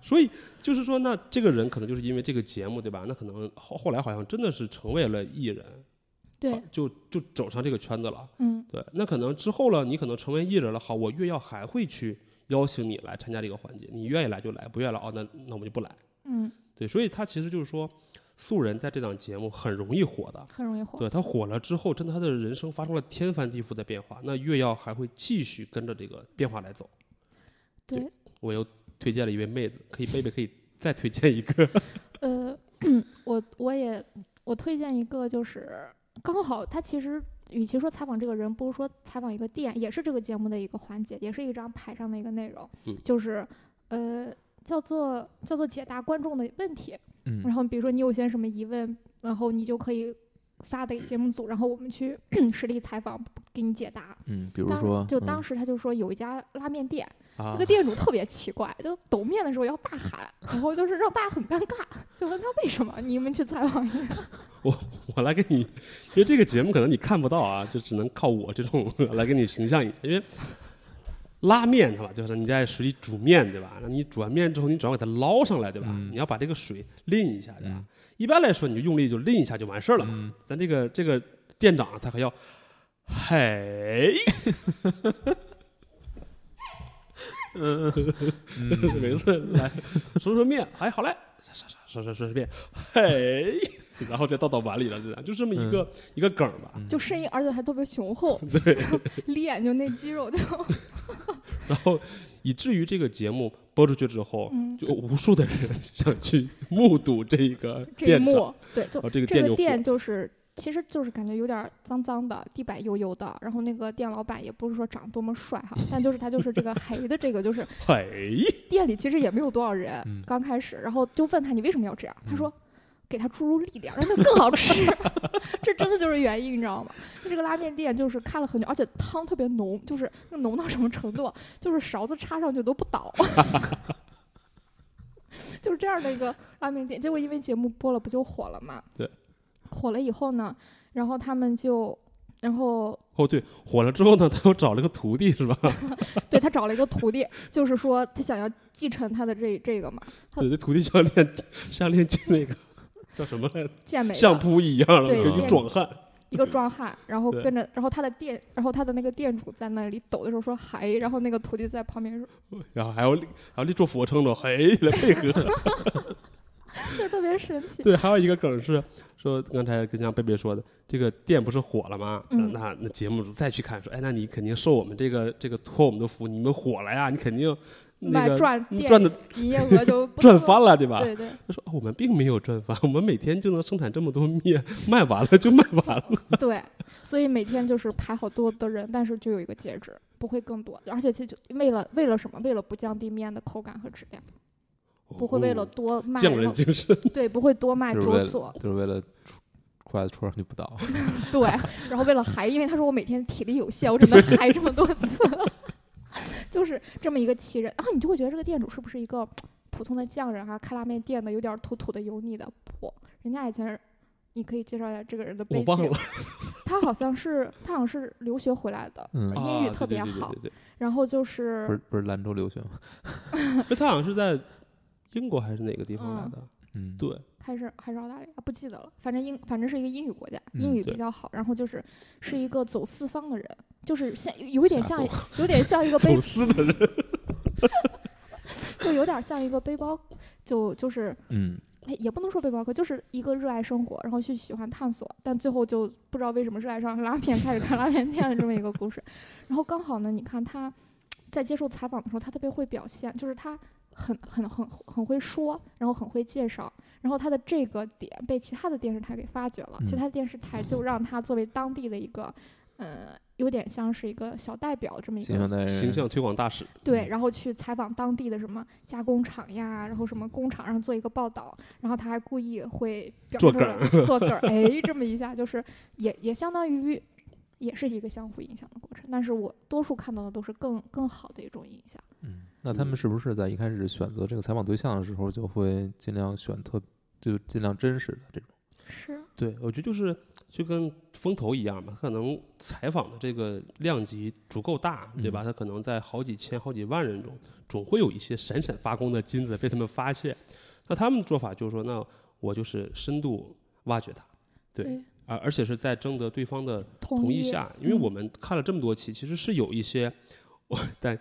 所以就是说，那这个人可能就是因为这个节目，对吧？那可能后后来好像真的是成为了艺人，
对
啊，就就走上这个圈子了。
嗯
对，那可能之后了，你可能成为艺人了，好，我越要还会去邀请你来参加这个环节，你愿意来就来，不愿意来哦，那那我们就不来。
嗯，
对，所以他其实就是说，素人在这档节目很容易火的。
很容易火，
对他火了之后，真的他的人生发生了天翻地覆的变化。那越要还会继续跟着这个变化来走。
对
对我又推荐了一位妹子，可以贝贝可以再推荐一个。
呃，我我也我推荐一个，就是刚好他其实与其说采访这个人，不如说采访一个店，也是这个节目的一个环节，也是一张牌上的一个内容，
嗯
就是呃叫做叫做解答观众的问题。然
嗯，
后比如说你有些什么疑问，然后你就可以发给节目组，然后我们去 实地采访，给你解答。
嗯，比如
当
说，
就
嗯
当时他就说有一家拉面店，
啊
那个店主特别奇怪，就抖面的时候要大喊，然后就是让大家很尴尬，就问他为什么？你们去采访一下。
我来给你，因为这个节目可能你看不到啊，就只能靠我这种 来给你形象一下。因为拉面是吧，就是你在水里煮面对吧？那你煮完面之后，你只要给它捞上来对吧？
嗯
你要把这个水淋一下对吧？
嗯
一般来说，你就用力就淋一下就完事儿了嘛。
嗯
咱这个这个店长啊他还要， 嘿，嗯， 每次来说说面，哎，好嘞，说说说说说面，嘿， 然后再倒到碗里了，就这样就这么一个、一个梗儿吧。
就声音，而且还特别雄 厚， 脸就那肌肉就
然后以至于这个节目播出去之后，
嗯
就无数的人 想去目睹这一个
这一
店长。
幕，对，就
哦，这个
这
店就
个店
火，
就是，其实就是感觉有点儿脏脏的，地板油油的。然后那个店老板也不是说长多么帅哈，但就是他就是这个 黑的这个，就是
嘿，
店里其实也没有多少人，
嗯
刚开始，然后就问他你为什么要这样，
嗯
他说。给他注入力量，让它更好吃， 这真的就是原因，你知道吗？就这个拉面店就是看了很久，而且汤特别浓，就是那浓到什么程度啊，就是勺子插上去都不倒， 就是这样的一个拉面店。结果因为节目播了，不就火了嘛？
对，
火了以后呢，然后他们就，然后
哦，对，火了之后呢，他又找了个徒弟是吧？
对他找了一个徒弟，就是说他想要继承他的这这个嘛，他
对，那徒弟像练像练进那个叫什么来着，
健美的
相扑一样了，
对
跟
练
一壮汉。
一个壮汉，然后
对
跟着，然后他的店，然后他的那个店主在那里抖的时候说嗨，然后那个徒弟在旁边说，
然后还要立还要立做俯卧撑了，嘿来配合。
就特别神奇。
对，还有一个梗是说，刚才跟像贝贝说的，这个店不是火了吗？
嗯
那那节目组再去看说，哎，那你肯定受我们这个这个托我们的福，你们火了呀，你肯定那
卖
个
赚店
赚的
营业额就不
赚
错
翻了，对吧？
对对，
他说、哦我们并没有赚翻，我们每天就能生产这么多面，卖完了就卖完了。
对，所以每天就是排好多的人，但是就有一个截止，不会更多。而且这就为了为了什么？为了不降低面的口感和质量，不会为了
哦
多卖，
匠
然
人
后
精神，
对，不会多卖
就是
多
为了
做，
就是为了出筷子戳上去不倒。
对。然后为了嗨，因为他说我每天体力有限，我只能嗨这么多次， 就是这么一个奇人。然啊后你就会觉得这个店主是不是一个普通的匠人啊？开拉面店的，有点土土的、油腻的，不，人家以前。你可以介绍一下这个人的背
我
景。
忘了。
他好像是他好像是留学回来的，
嗯，
英语
啊
特
对
别
对对
好
对对
然后就是
不是不是兰州留学吗？
对哎就他好像是在英国还是哪个地方来的？
嗯，
对，
还是还是澳大利亚，不记得了。反正英反正是一个英语国家，英
嗯
语
对
比较好。然后就是是一个走四方的人，就是像有有点
吓
像
死
有点像一个背
走，私的人。
就有点像一个背包，就就是
嗯，
哎也不能说背包客，就是一个热爱生活，然后去喜欢探索，但最后就不知道为什么热爱上拉面，开始开拉面店的这么一个故事。然后刚好呢，你看他在接受采访的时候，他特别会表现，就是他很很很很会说，然后很会介绍，然后他的这个点被其他的电视台给发掘了，
嗯
其他电视台就让他作为当地的一个，呃，有点像是一个小代表这么一
形象
个。
代言人，
形象推广大使，
对，
嗯
然后去采访当地的什么加工厂呀，然后什么工厂上做一个报道，然后他还故意会表
做
现出
梗
来做 梗儿，哎，这么一下就是也也相当于也是一个相互影响的过程，但是我多数看到的都是更更好的一种影响。
嗯，那他们是不是在一开始选择这个采访对象的时候，就会尽量选特，就尽量真实的这种？
是，
对，我觉得就是就跟风投一样嘛，他可能采访的这个量级足够大，对吧？
嗯
他可能在好几千、好几万人中，总会有一些闪闪发光的金子被他们发现。那他们的做法就是说，那我就是深度挖掘它，对
对，
而而且是在征得对方的
同
同
意
意下，因为
嗯
我们看了这么多期，其实是有一些我在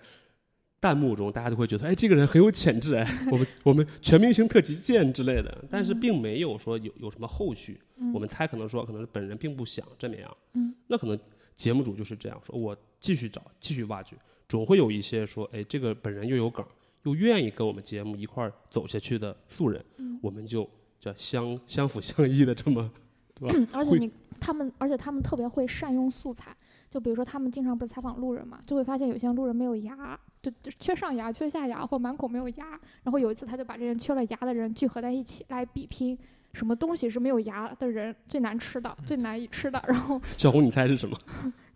弹幕中大家都会觉得，哎，这个人很有潜质，哎，我们我们全明星特辑见之类的，但是
嗯
并没有说有有什么后续。
嗯
我们猜可能说，可能是本人并不想这么样。
嗯，
那可能节目组就是这样说，我继续找，继续挖掘，总会有一些说，哎，这个本人又有梗，又愿意跟我们节目一块儿走下去的素人，
嗯
我们就叫相相辅相依的这么， 对吧？
而且
会
你他们，而且他们特别会善用素材。就比如说，他们经常不是采访路人嘛，就会发现有些路人没有牙，就就缺上牙、缺下牙，或满口没有牙。然后有一次，他就把这些缺了牙的人聚合在一起来比拼，什么东西是没有牙的人最难吃的、
嗯
最难以吃的。然 后
小红，你猜是什么？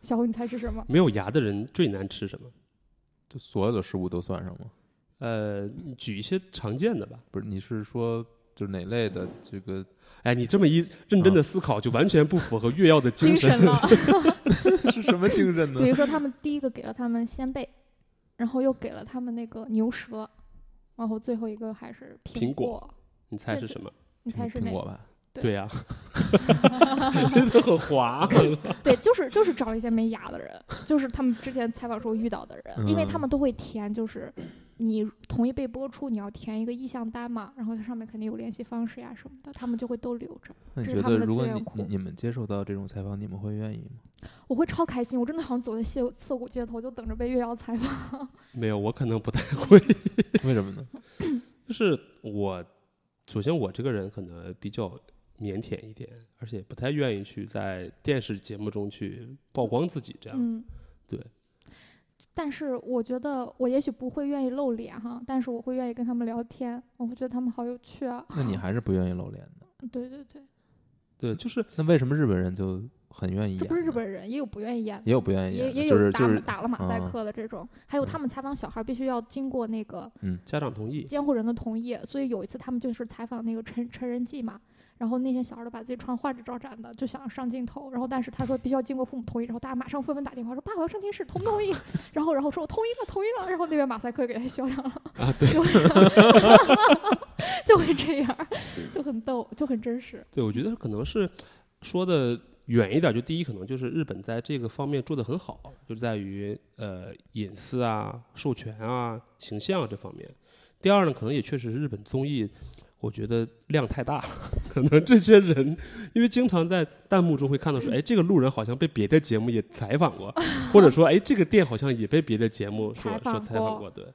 小红，你猜是什么？
没有牙的人最难吃什么？
就所有的食物都算上吗？
呃，你举一些常见的吧。
不是，你是说就是哪类的这 个？
哎，你这么一认真的思考，就完全不符合越要的精神。
了。
是什么精神呢
比？如说，他们第一个给了他们鲜贝，然后又给了他们那个牛舌，然后最后一个还是
苹
苹
果你猜是
这
什么？
你猜是哪
苹
个？
果吧？
对
对呀、真的很滑。
对，就是就是找了一些没牙的人，就是他们之前采访时候遇到的人，因为他
嗯
们都会填，就是你同意被播出，你要填一个意向单嘛，然后它上面肯定有联系方式呀什么的，他们就会都留着。
那你
这
觉
是他
得
们的
如
资
果
源
你
库
你你们接受到这种采访，你们会愿意吗？
我会超开心，我真的好像走在谢刺骨街头，就等着被越瑶采访。
没有，我可能不太会。
为什么呢？
就是我，首先我这个人可能比较腼腆一点，而且不太愿意去在电视节目中去曝光自己这样。
嗯，
对。
但是我觉得我也许不会愿意露脸哈，但是我会愿意跟他们聊天，我会觉得他们好有趣啊。
那你还是不愿意露脸的？
对对对，
对，就是
那为什么日本人就很愿意
这
演，
不是日，本人，也有不愿意演的，
也有不愿意
也
演的，
也
就
有
是
打、
就是
打了马赛
嗯
克的这种，还有他们采访小孩必须要经过那个
家长同意，
监护人的同意，所以有一次他们就是采访那个成成人记嘛，然后那些小孩儿都把自己穿花枝招展的，就想上镜头，然后但是他说必须要经过父母同意，然后大家马上纷纷打电话说爸我要上电视同不同意， 然后然后说我同意了同意了，然后那边马赛克给他消掉了，啊 对， 就会这样， 就很逗，就很真实，
对，我觉得可能是说的远一点，就第一可能就是日本在这个方面做得很好，就在于呃隐私啊、授权啊、形象啊这方面。第二呢，可能也确实是日本综艺，我觉得量太大，可能这些人因为经常在弹幕中会看到说，哎，这个路人好像被别的节目也采 访过，或者说，哎，这个店好像也被别的节目说
采
说
访
采访
过
过，对，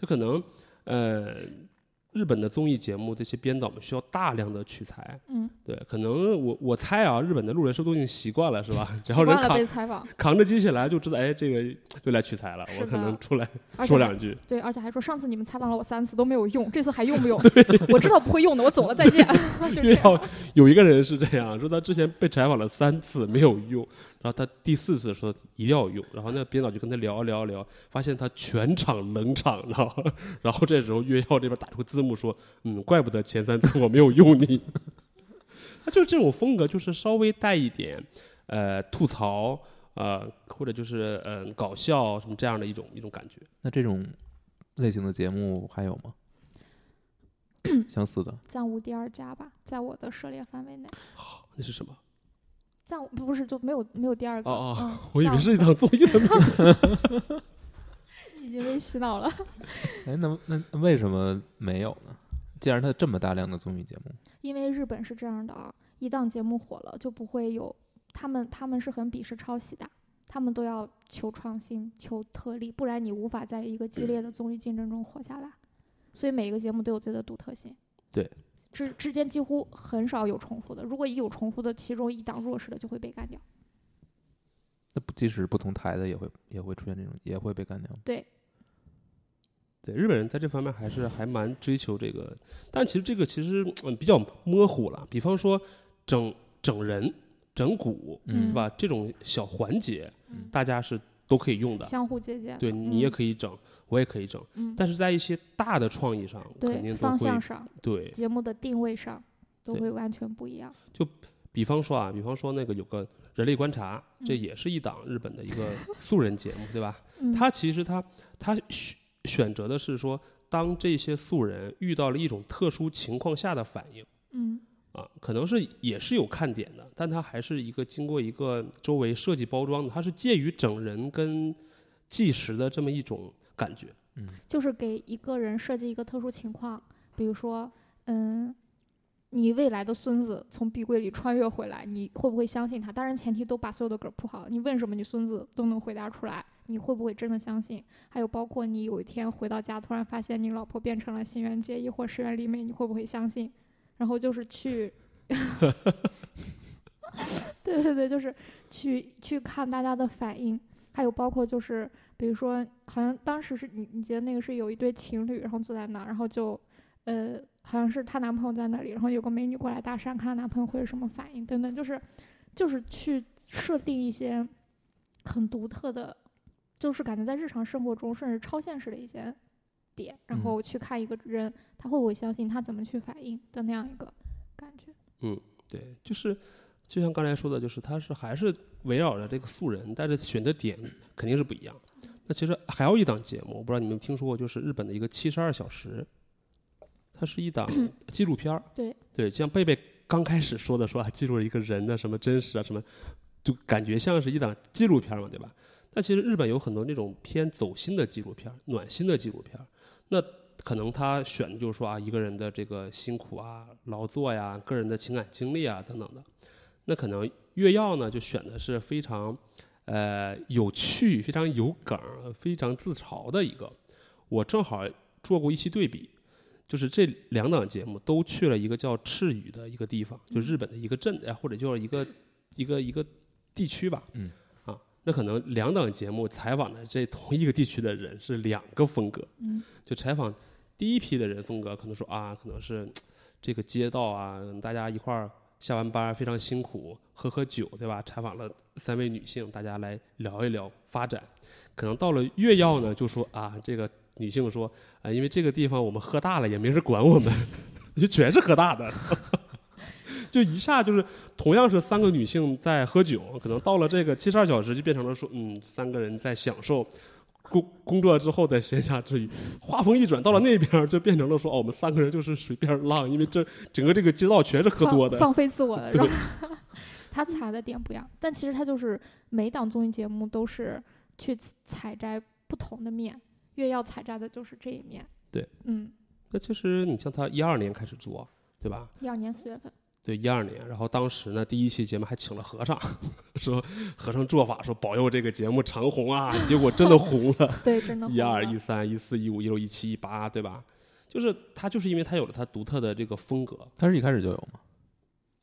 就可能呃，日本的综艺节目这些编导们需要大量的取材，
嗯，
对，可能我我猜啊，日本的路人是不是都已经习惯了，是吧？只
习
要人
惯了
扛
被采访，
扛着机器来，就知道，哎，这个又来取材了，
是
我可
的
能出来
而且
说
还
两句。
对，而且还说上次你们采访了我三次都没有用，这次还用不 用？我知道不会用的，我走了，再见， 就这
因为
样。
要有一个人是这样说，他之前被采访了三次没有用，然后他第四次说一定要用，然后那编导就跟他聊啊聊聊，发现他全场冷场，然后 然后这时候月曜这边打出字幕说，嗯，怪不得前三次我没有用你， 他就是这种风格，就是稍微带一点呃吐槽。呃，或者就是嗯、搞笑什么这样的一种一种感觉，
那这种类型的节目还有吗？相似的，
暂无第二家吧，在我的涉猎范围内，
那是什么？
暂无不是就没有没有第二个。
哦
嗯
我以
暂
为
无
是一档综艺的名字
已经被洗脑了，
哎，那那那为什么没有呢？既然它这么大量的综艺节目，
因为日本是这样的啊，一档节目火了就不会有他们，他们是很鄙视抄袭的，他们都要求创新、求特例，不然你无法在一个激烈 的综艺竞争中活下来。所以每个节目都有自己的独特性。
对。
之之间几乎很少有重复的，如果一有重复的，其中一档弱势的就会被干掉。
那不即使不同台的也会也会出现这种，也会被干掉吗。
对，日本人在这方面还是还蛮追求这个，但其实这个其实嗯比较模糊了。比方说整整人、整蛊，
嗯
是吧？这种小环节
嗯，
大家是都可以用的。
相互借鉴。
对你也可以整，我也可以整，
嗯，嗯
但是在一些大的创意上，肯
对
定都
方
会
向上、
对。
节目的定位上都
对
会完全不一样。
比方说啊，比方说那个有个人类观察，这
嗯
也是一档日本的一个素人节目，对吧？
嗯，
他其实他他选选择的是说，当这些素人遇到了一种特殊情况下的反应。
嗯
啊，可能是也是有看点的，但它还是一个经过一个周围设计包装的，它是介于整人跟纪实的这么一种感觉。
嗯
就是给一个人设计一个特殊情况，比如说，嗯，你未来的孙子从壁柜里穿越回来，你会不会相信他？当然，前提都把所有的梗儿铺好了，你问什么，你孙子都能回答出来，你会不会真的相信？还有，包括你有一天回到家，突然发现你老婆变成了新垣结衣或石原里美，你会不会相信？然后就是去。 对对对，就是去去看大家的反应，还有包括就是比如说，好像当时是你你记得那个是有一对情侣，然后坐在那儿，然后就，呃，好像是她男朋友在那里，然后有个美女过来搭讪，看她男朋友会是什么反应等等，就是就是去设定一些很独特的，就是感觉在日常生活中甚至超现实的一些点，然
嗯
后去看一个人他会不会相信，他怎么去反应的那样一个感觉。
对，就是就像刚才说的，就是它是还是围绕着这个素人，但是选的点肯定是不一样。那其实还有一档节目，我不知道你们听说过，就是日本的一个《七十二小时》，它是一档纪录片儿。
对
对，像贝贝刚开始说的说啊，记录了一个人的什么真实啊什么，就感觉像是一档纪录片儿嘛，对吧？但其实日本有很多那种偏走心的纪录片儿、暖心的纪录片儿，那可能他选的就是说啊，一个人的这个辛苦啊、劳作呀、个人的情感经历啊等等的。那可能月曜呢，就选的是非常呃有趣、非常有梗儿、非常自嘲的一个。我正好做过一期对比，就是这两档节目都去了一个叫赤羽的一个地方，就日本的一个镇，哎，或者就是一个一个一个地区吧。
嗯。
啊，那可能两档节目采访的这同一个地区的人是两个风格。
嗯，
就采访第一批的人风格，可能说啊，可能是这个街道啊，大家一块儿下完班儿非常辛苦，喝喝酒，对吧？采访了三位女性，大家来聊一聊发展。可能到了越要呢，就说啊，这个女性说啊、因为这个地方我们喝大了也没人管我们， 就全是喝大的， 就一下就是同样是三个女性在喝酒，可能到了这个七十二小时就变成了说，嗯，三个人在享受。工工作之后的闲暇之余，话锋一转，到了那边儿就变成了说哦，我们三个人就是随便浪，因为这整个这个街道全是喝
放
多的，
放飞自我 的，是吧
对？
他踩的点不一样，但其实他就是每档综艺节目都是去采摘不同的面，越要采摘的就是这一面。
对，
嗯，
那其实你像他一二年开始做，对吧？
一二年四 月份，
对，一二年，然后当时呢，第一期节目还请了和尚， 说和尚做法，说保佑这个节目长红啊，结果真的红 了，
对，真的
一
红
二、
了
一三、一四、一五、一六、一七、一八，对吧？就是他，就是因为他有了他独特的这个风格，
他是一开始就有吗？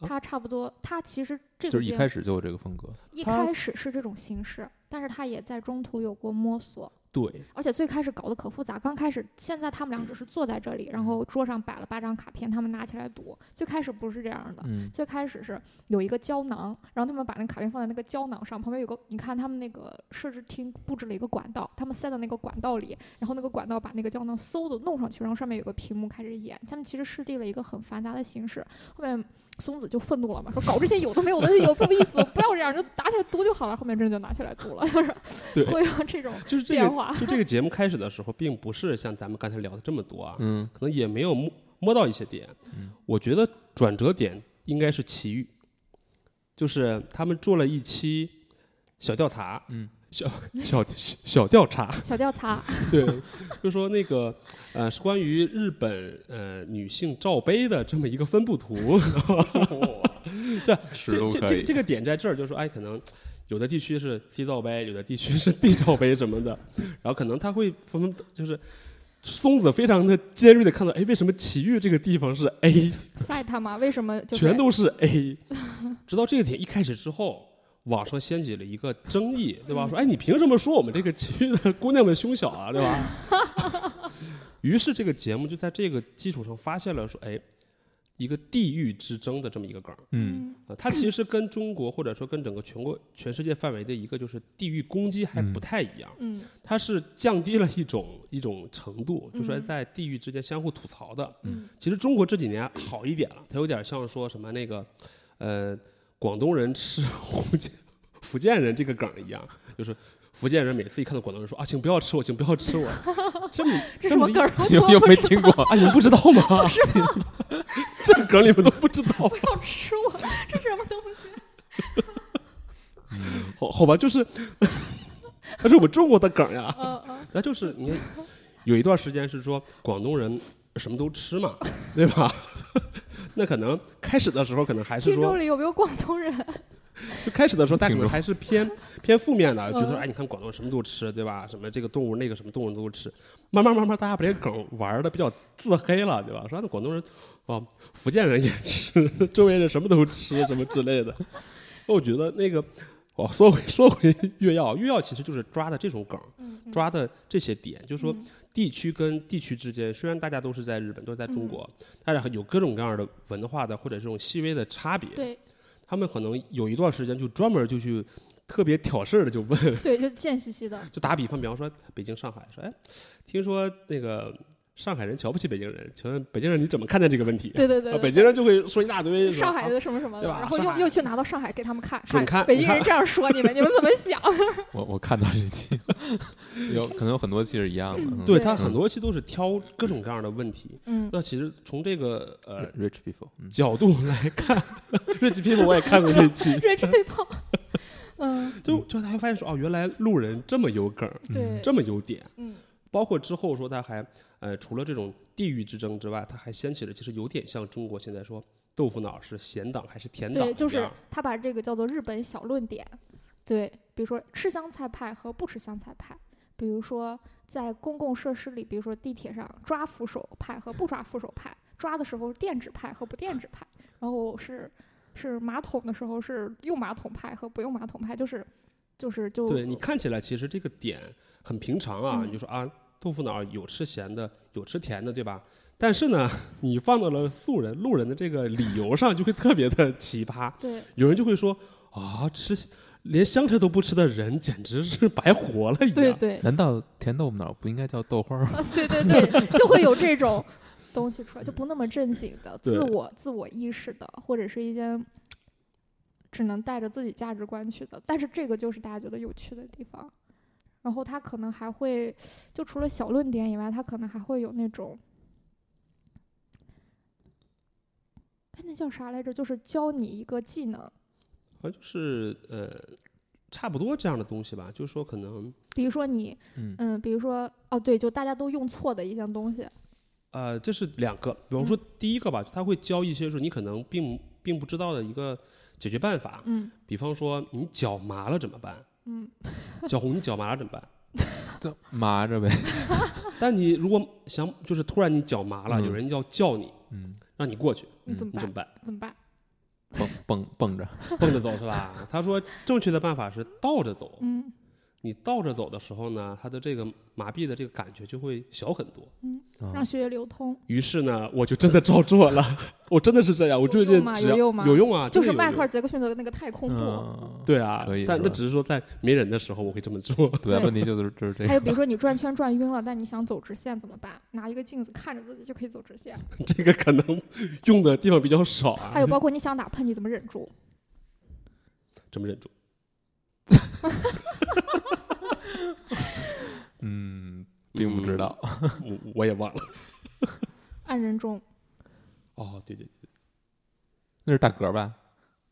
他差不多，他其实这
就
个
是一
节
开始就有这个风格，
一
他
开始是这种形式，但是他也在中途有过摸索，
对，
而且最开始搞得可复杂。刚开始，现在他们俩只是坐在这里，
嗯
然后桌上摆了八张卡片，他们拿起来读。最开始不是这样的，
嗯，
最开始是有一个胶囊，然后他们把那卡片放在那个胶囊上，旁边有个，你看他们那个设置厅布置了一个管道，他们塞到那个管道里，然后那个管道把那个胶囊嗖的弄上去，然后上面有个屏幕开始演。他们其实设定了一个很繁杂的形式。后面松子就愤怒了嘛，说搞这些有的没有的，有不有意思 的，不要这样，就拿起来读就好了。后面真的就拿起来读了，就是
对
会有这种
就是这
变
个，
化。
就这个节目开始的时候，并不是像咱们刚才聊的这么多啊，
嗯，
可能也没有摸摸到一些点。
嗯
我觉得转折点应该是奇遇，就是他们做了一期小调查，
嗯，
小小小调查，
小调查，
对，就说那个呃是关于日本呃女性罩杯的这么一个分 布图，
尺
这
度
这
可
这
以
这，个点在这儿，就是说哎可能。有的地区是 C 罩杯，有的地区是 D 罩杯什么的，然后可能他会纷纷就是松子非常的尖锐的看到，哎，为什么奇遇这个地方是 A，
赛他妈为什么就是
全都是 A。直 到这个点一开始之后，网上掀起了一个争议，对吧？
嗯
说，哎，你凭什么说我们这个体育的姑娘们胸小啊，对吧？ 于是这个节目就在这个基础上发现了说，哎，一个地域之争的这么一个梗儿。
嗯，
呃，它其实跟中国或者说跟整个全国、全世界范围的一个就是地域攻击还不太一样，
嗯
它是降低了一种一种程度，就说
嗯
在地域之间相互吐槽的。
嗯
其实中国这几年好一点了，它有点像说什么那个，呃，广东人吃福建福建人这个梗儿一样，就是福建人每次一看到广东人说啊，请不要吃我，请不 要吃我，这么
这
这
什么
么一
梗儿？ 我
又
怎么
又
不
没
知
听
道
过，
啊，你们不知道 吗？ 这个梗儿你们都不知道，
不要吃我，这什么东西？
好好吧，就是， 那是我们中国的梗儿呀，
嗯嗯，
那就是你看有一段时间是说广东人什么都吃嘛，对吧？ 那可能开始的时候可能还是
听
说
众里有没有广东 人？
就开始的时候，大家可
听
能
着
还是偏 偏负面的，
嗯
觉得哎，你看广东什么都吃，对吧？什么这个动物那个什么动物都吃。慢慢慢慢，大家把这个梗玩的比较自黑了，对吧？说那广东人，哦，福建人也吃，周围人什么都吃， 什么之类的。我觉得那个，哦，说回说回越药，越药其实就是抓的这种梗，
嗯，嗯
抓的这些点，就是说
嗯
地区跟地区之间，虽然大家都是在日本，都是在
嗯
中国，但是有各种各样的文化的或者这种细微的差别。
对
他们可能有一段时间就专门就去特别挑事儿的就问，
对，啊就贱兮兮的。
就打比方，比方说北京、上海，说哎，听说那个上海人瞧不起北京人，请问北京人你怎么看待这个问题？
对对
啊
对，
北
对
京人就会说一大堆，
上海
的
的什么什么的，
对吧啊
然后
上
又
海
又去拿到上海给他们看，
说你看
北
你
京
看
人这样说你们，你们怎么 想？
我我看到这期，有可能有很多期是一样的，嗯
对
对
他很多期都是挑各种各样的问题。
嗯，
那其实从这个呃
rich people，嗯，
角度来看， 这几篇我也看过这 期，
人是被泡。嗯，
就就他会发现说哦，原来路人这么有梗儿，
对，
这么有点。
嗯
包括之后说他还呃，除了这种地域之争之外，他还掀起了其实有点像中国现在说豆腐脑是咸党还是甜党
对，
一样，
就是他把这个叫做日本小论点，对，比如说吃香菜派和不吃香菜派，比如说在公共设施里，比如说地铁上抓扶手派和不抓扶手派，抓的时候垫纸派和不垫纸派，然后是是马桶的时候是用马桶派和不用马桶派，就是就是就
对你看起来其实这个点很平常啊，
嗯
你就说啊，豆腐脑有吃咸的，有吃甜的，对吧？但是呢， 你放到了素人、路人的这个理由上，就会特别的奇葩。
对，
有人就会说啊，吃连香菜都不吃的人，简直是白活了一样。
对 对
难道甜豆腐脑不应该叫豆花儿吗？
对对 对，就会有这种东西出来，就不那么正经的、
对
自我自我意识的，或者是一些只能带着自己价值观去的。但是这个就是大家觉得有趣的地方。然后他可能还会，就除了小论点以外，他可能还会有那种，哎，那叫啥来着？就是教你一个技能，
好像就是呃，差不多这样的东西吧。就是说，可能
比如说你，
嗯
嗯，比如说，哦，对，就大家都用错的一项东西，
呃，这是两个。比
嗯
方说第一个吧，他会教一些说你可能并并不知道的一个解决办法。
嗯
比方说，你脚麻了怎么办？
嗯，
小红，你脚麻了怎么办？
这麻着呗。
但你如果想，就是突然你脚麻了，
嗯
有人要叫你，
嗯，
让你过去，
你怎么
你怎
办
么？办？
怎么办？
蹦蹦蹦着，
蹦着走是吧？他说正确的办法是倒着走。
嗯。
你倒着走的时候呢，他的这个麻痹的这个感觉就会小很多。嗯
啊
让血液流通，
于是呢，我就真的照做了， 我真的是这样，我最
有
近
用吗
只要
有用吗
啊，
就
真
是
的有
迈
用
克尔·杰克逊的那个太空步。
嗯，
对啊
可以，
但
是
那
吧
只是说在没人的时候我会这么做。
对，
对
问题就是就是这
还有
个。
比如说你转圈转晕了，但你想走直线怎么办？拿一个镜子看着自己就可以走直
啊
线。
这个可能用的地方比较少啊
还，有包括你想打喷嚏怎么忍住？
这么忍住。
嗯，并不知道。
嗯，我我也忘了。
按人中，
哦，对对，对
那是大嗝吧？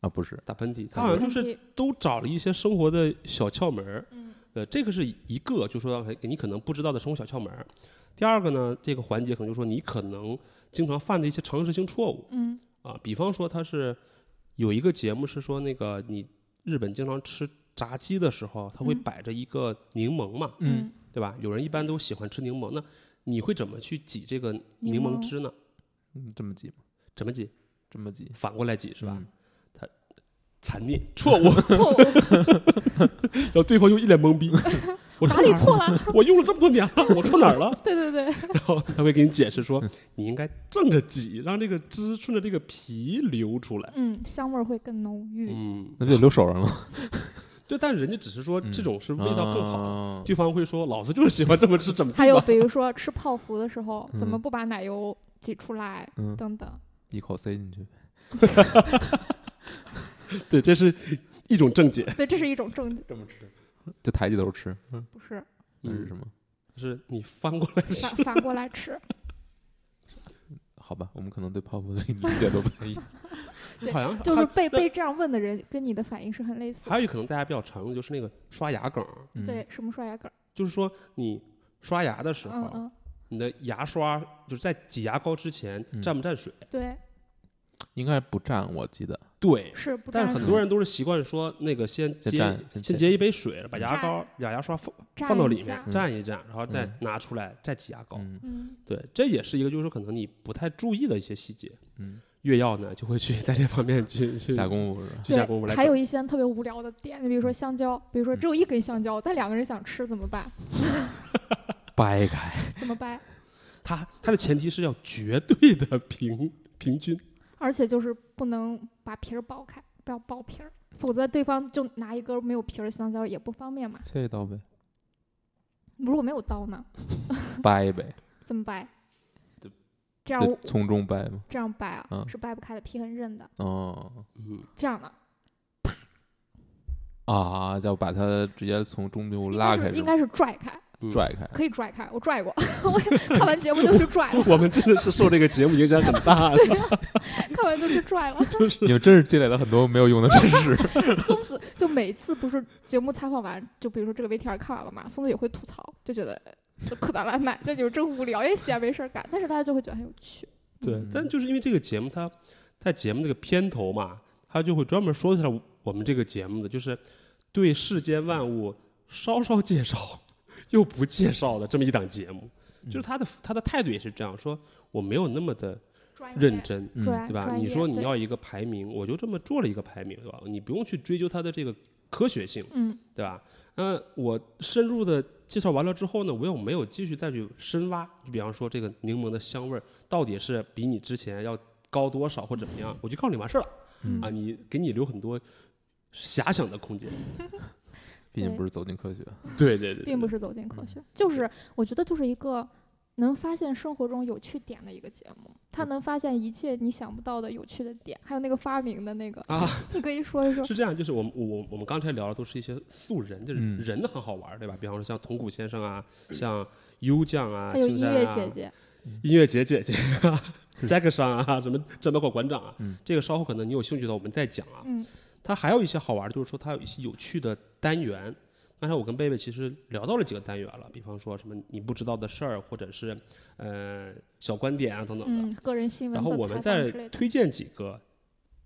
啊，不是，
打喷嚏，
打
他好像
喷
就是
嚏，
都找了一些生活的小窍门儿。
嗯
呃，这个是一个，就说哎你可能不知道的生活小窍门儿。第二个呢，这个环节可能就说你可能经常犯的一些常识性错误。
嗯
啊，比方说他是有一个节目是说那个你日本经常吃炸鸡的时候，他会
嗯
摆着一个柠檬嘛，
嗯，
对吧？有人一般都喜欢吃柠檬，那你会怎么去挤这个柠檬
檬
汁呢？
嗯这么挤吗？
怎么挤？
这么挤
反过来挤是吧？
嗯
残念，错误，
错 误，
然后对方又一脸 懵逼，我
哪
错
里
哪儿
错了？
我用了这么多年了，我错哪儿 了？
对对对，
然后他会给你解释说，你应该正着挤，让这个汁顺着这个皮流出来。
嗯，香味儿会更浓郁。
嗯，
那就留手上了。
对，但人家只是说
嗯啊
这种是味道更好。
好。
对方会说：“老子就是喜欢这么吃，怎么地吧
还有比如说吃泡芙的时候，怎么
嗯
不把奶油挤出来？
嗯，
等等，
一口塞进去。
对，这是一种正解。
对，这是一种正
这么吃，
就抬起头吃，
不是
那是什
么？
么？
嗯是你翻过来吃
反。反过来 吃。
好吧，我们可能对泡芙的理解都不太一样。
对
好像
就是
还
被
那
被这样问的人，跟你的反应是很类似的。
还有一个可能大家比较常用的就是那个刷牙梗儿，
嗯
对，，什么刷牙梗儿？
就是说你刷牙的时
嗯
候，
嗯，
你的牙刷就是在挤牙膏之前
嗯
蘸不蘸水？
对，
应该不蘸，我记得。
对。
是不
但
蘸
是很
水
多人都是习惯说那个先
先
接
蘸先
先
蘸
接一杯水，把牙
蘸
膏把牙刷放
蘸
放到
一
里面
下
嗯
蘸一蘸，然后再
嗯
拿出来再挤牙膏。
嗯
嗯，
对，这也是一个就是说可能你不太注意的一些细节。
嗯，
越要呢就会去在这方面去去
下功夫是吧？
去下功夫来
对，
搞。
还有一些特别无聊的点，你比如说香蕉，比如说
嗯
只有一根香蕉，但两个人想吃怎么办？
掰开。
怎么掰？
它它的前提是要绝对的平平均，
而且就是不能把皮儿剥开，不要剥皮儿，否则对方就拿一根没有皮儿的香蕉也不方便嘛。
切一刀呗，
如果没有刀呢，
掰 呗，怎
怎么掰
对？
这样
就从中掰嘛。
这样掰啊，
嗯
是掰不开的，皮很韧的。
哦
嗯，
这样的，
啊，就把它直接从中部
应
拉
该
开
是
是
应
吧，
该是拽开，
嗯
拽开。
可以拽开，我拽过， 我看完节目就去拽了，
我们真的是受这个节目影响很大的，
看完就去拽了。
就是
你们真是积累了很多没有用的知 识。
松子就每次不是节目采访完，就比如说这个 VTR 看完了嘛，松子也会吐槽，就觉得这苦大难耐，这就真无聊，也哎闲没事儿干，但是大家就会觉得很有趣。
对
嗯，
但就是因为这个节目它在节目那个片头嘛，它就会专门说起来我们这个节目的，就是对世间万物稍稍介绍又不介绍的这么一档节目，
嗯
就是他的他的态度也是这样说，我没有那么的
专
认真。
嗯
专
对吧？
哎专
你
业
说你
对
要一个排名，我就这么做了一个排名，对吧？你不用去追究它的这个科学性，
嗯
对吧？那我深入的介绍完了之后呢，我又没有继续再去深挖，就比方说这个柠檬的香味儿到底是比你之前要高多少或怎么样，我就告诉你完事儿了啊，
嗯，
你给你留很多遐想的空间。
毕竟
对
不是走进科学，
对对对，
并不是走进
嗯
科学，就是我觉得就是一个能发现生活中有趣点的一个节目，它能发现一切你想不到的有趣的点，还有那个发明的那个，
啊，
你可以说一说。
是这样，就是我们我我我们刚才聊的都是一些素人，就是
嗯
人的很好玩儿，对吧？比方说像铜鼓先生啊，像优酱 啊，
还有
青
音
山
乐
啊
姐姐，
音乐节姐姐啊，Jack 上啊，什么战斗狗馆长啊，
嗯
这个稍后可能你有兴趣的我们再讲啊。
嗯
它还有一些好玩的，就是说它有一些有趣的单元。刚才我跟贝贝其实聊到了几个单元了，比方说什么你不知道的事儿，或者是呃小观点啊等等的。
嗯，个人新闻
然后
和
我
采访
们再
之类的
推荐几个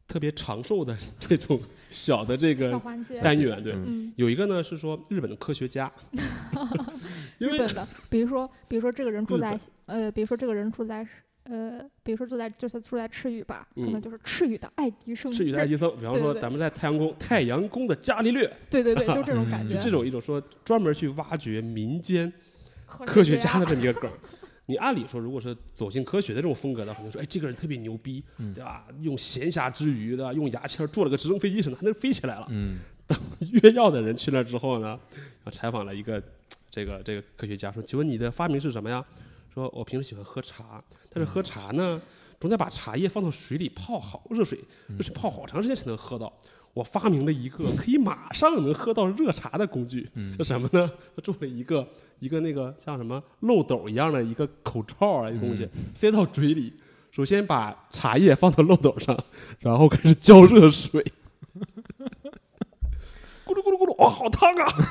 特别长寿的这种小的这
小
个
环节，
单元，对。
嗯
嗯，
有一个呢是说日本的科 学家，因
日
为
本的，比如说，比如说这个人住
日
在呃，比如说这个人住在呃，比如说住在就是住在赤羽吧，可能
嗯
就是赤羽的爱迪生，
是与爱迪生，比方
嗯对
说
对
咱们在太阳宫太阳宫的伽利略，
对对对，就这种感
嗯
觉，
就这种一种说专门去挖掘民间科
科
学家
的
的这么一个 梗儿。你按理说，如果是走进科学的这种风格的话，可能说，哎，这个人特别牛逼，
嗯
对吧？用闲暇之余的，用牙签儿做了个直升飞机什么，还能飞起来了。
嗯，
越药的人去那儿之后呢，采访了一个这个这个科学家，说：“请问你的发明是什么呀？”说：“我平时喜欢喝茶，但是喝茶呢，总得把茶叶放到水里泡好，热水热水泡好长时间才能喝到。我发明了一个可以马上能喝到热茶的工具，
嗯
是什么呢？他做了一个一个那个像什么漏斗一样的一个口罩啊，一个东西塞到嘴里。”首先把茶叶放到漏斗上，然后开始浇热水， 咕噜咕噜咕噜，哇，好烫啊！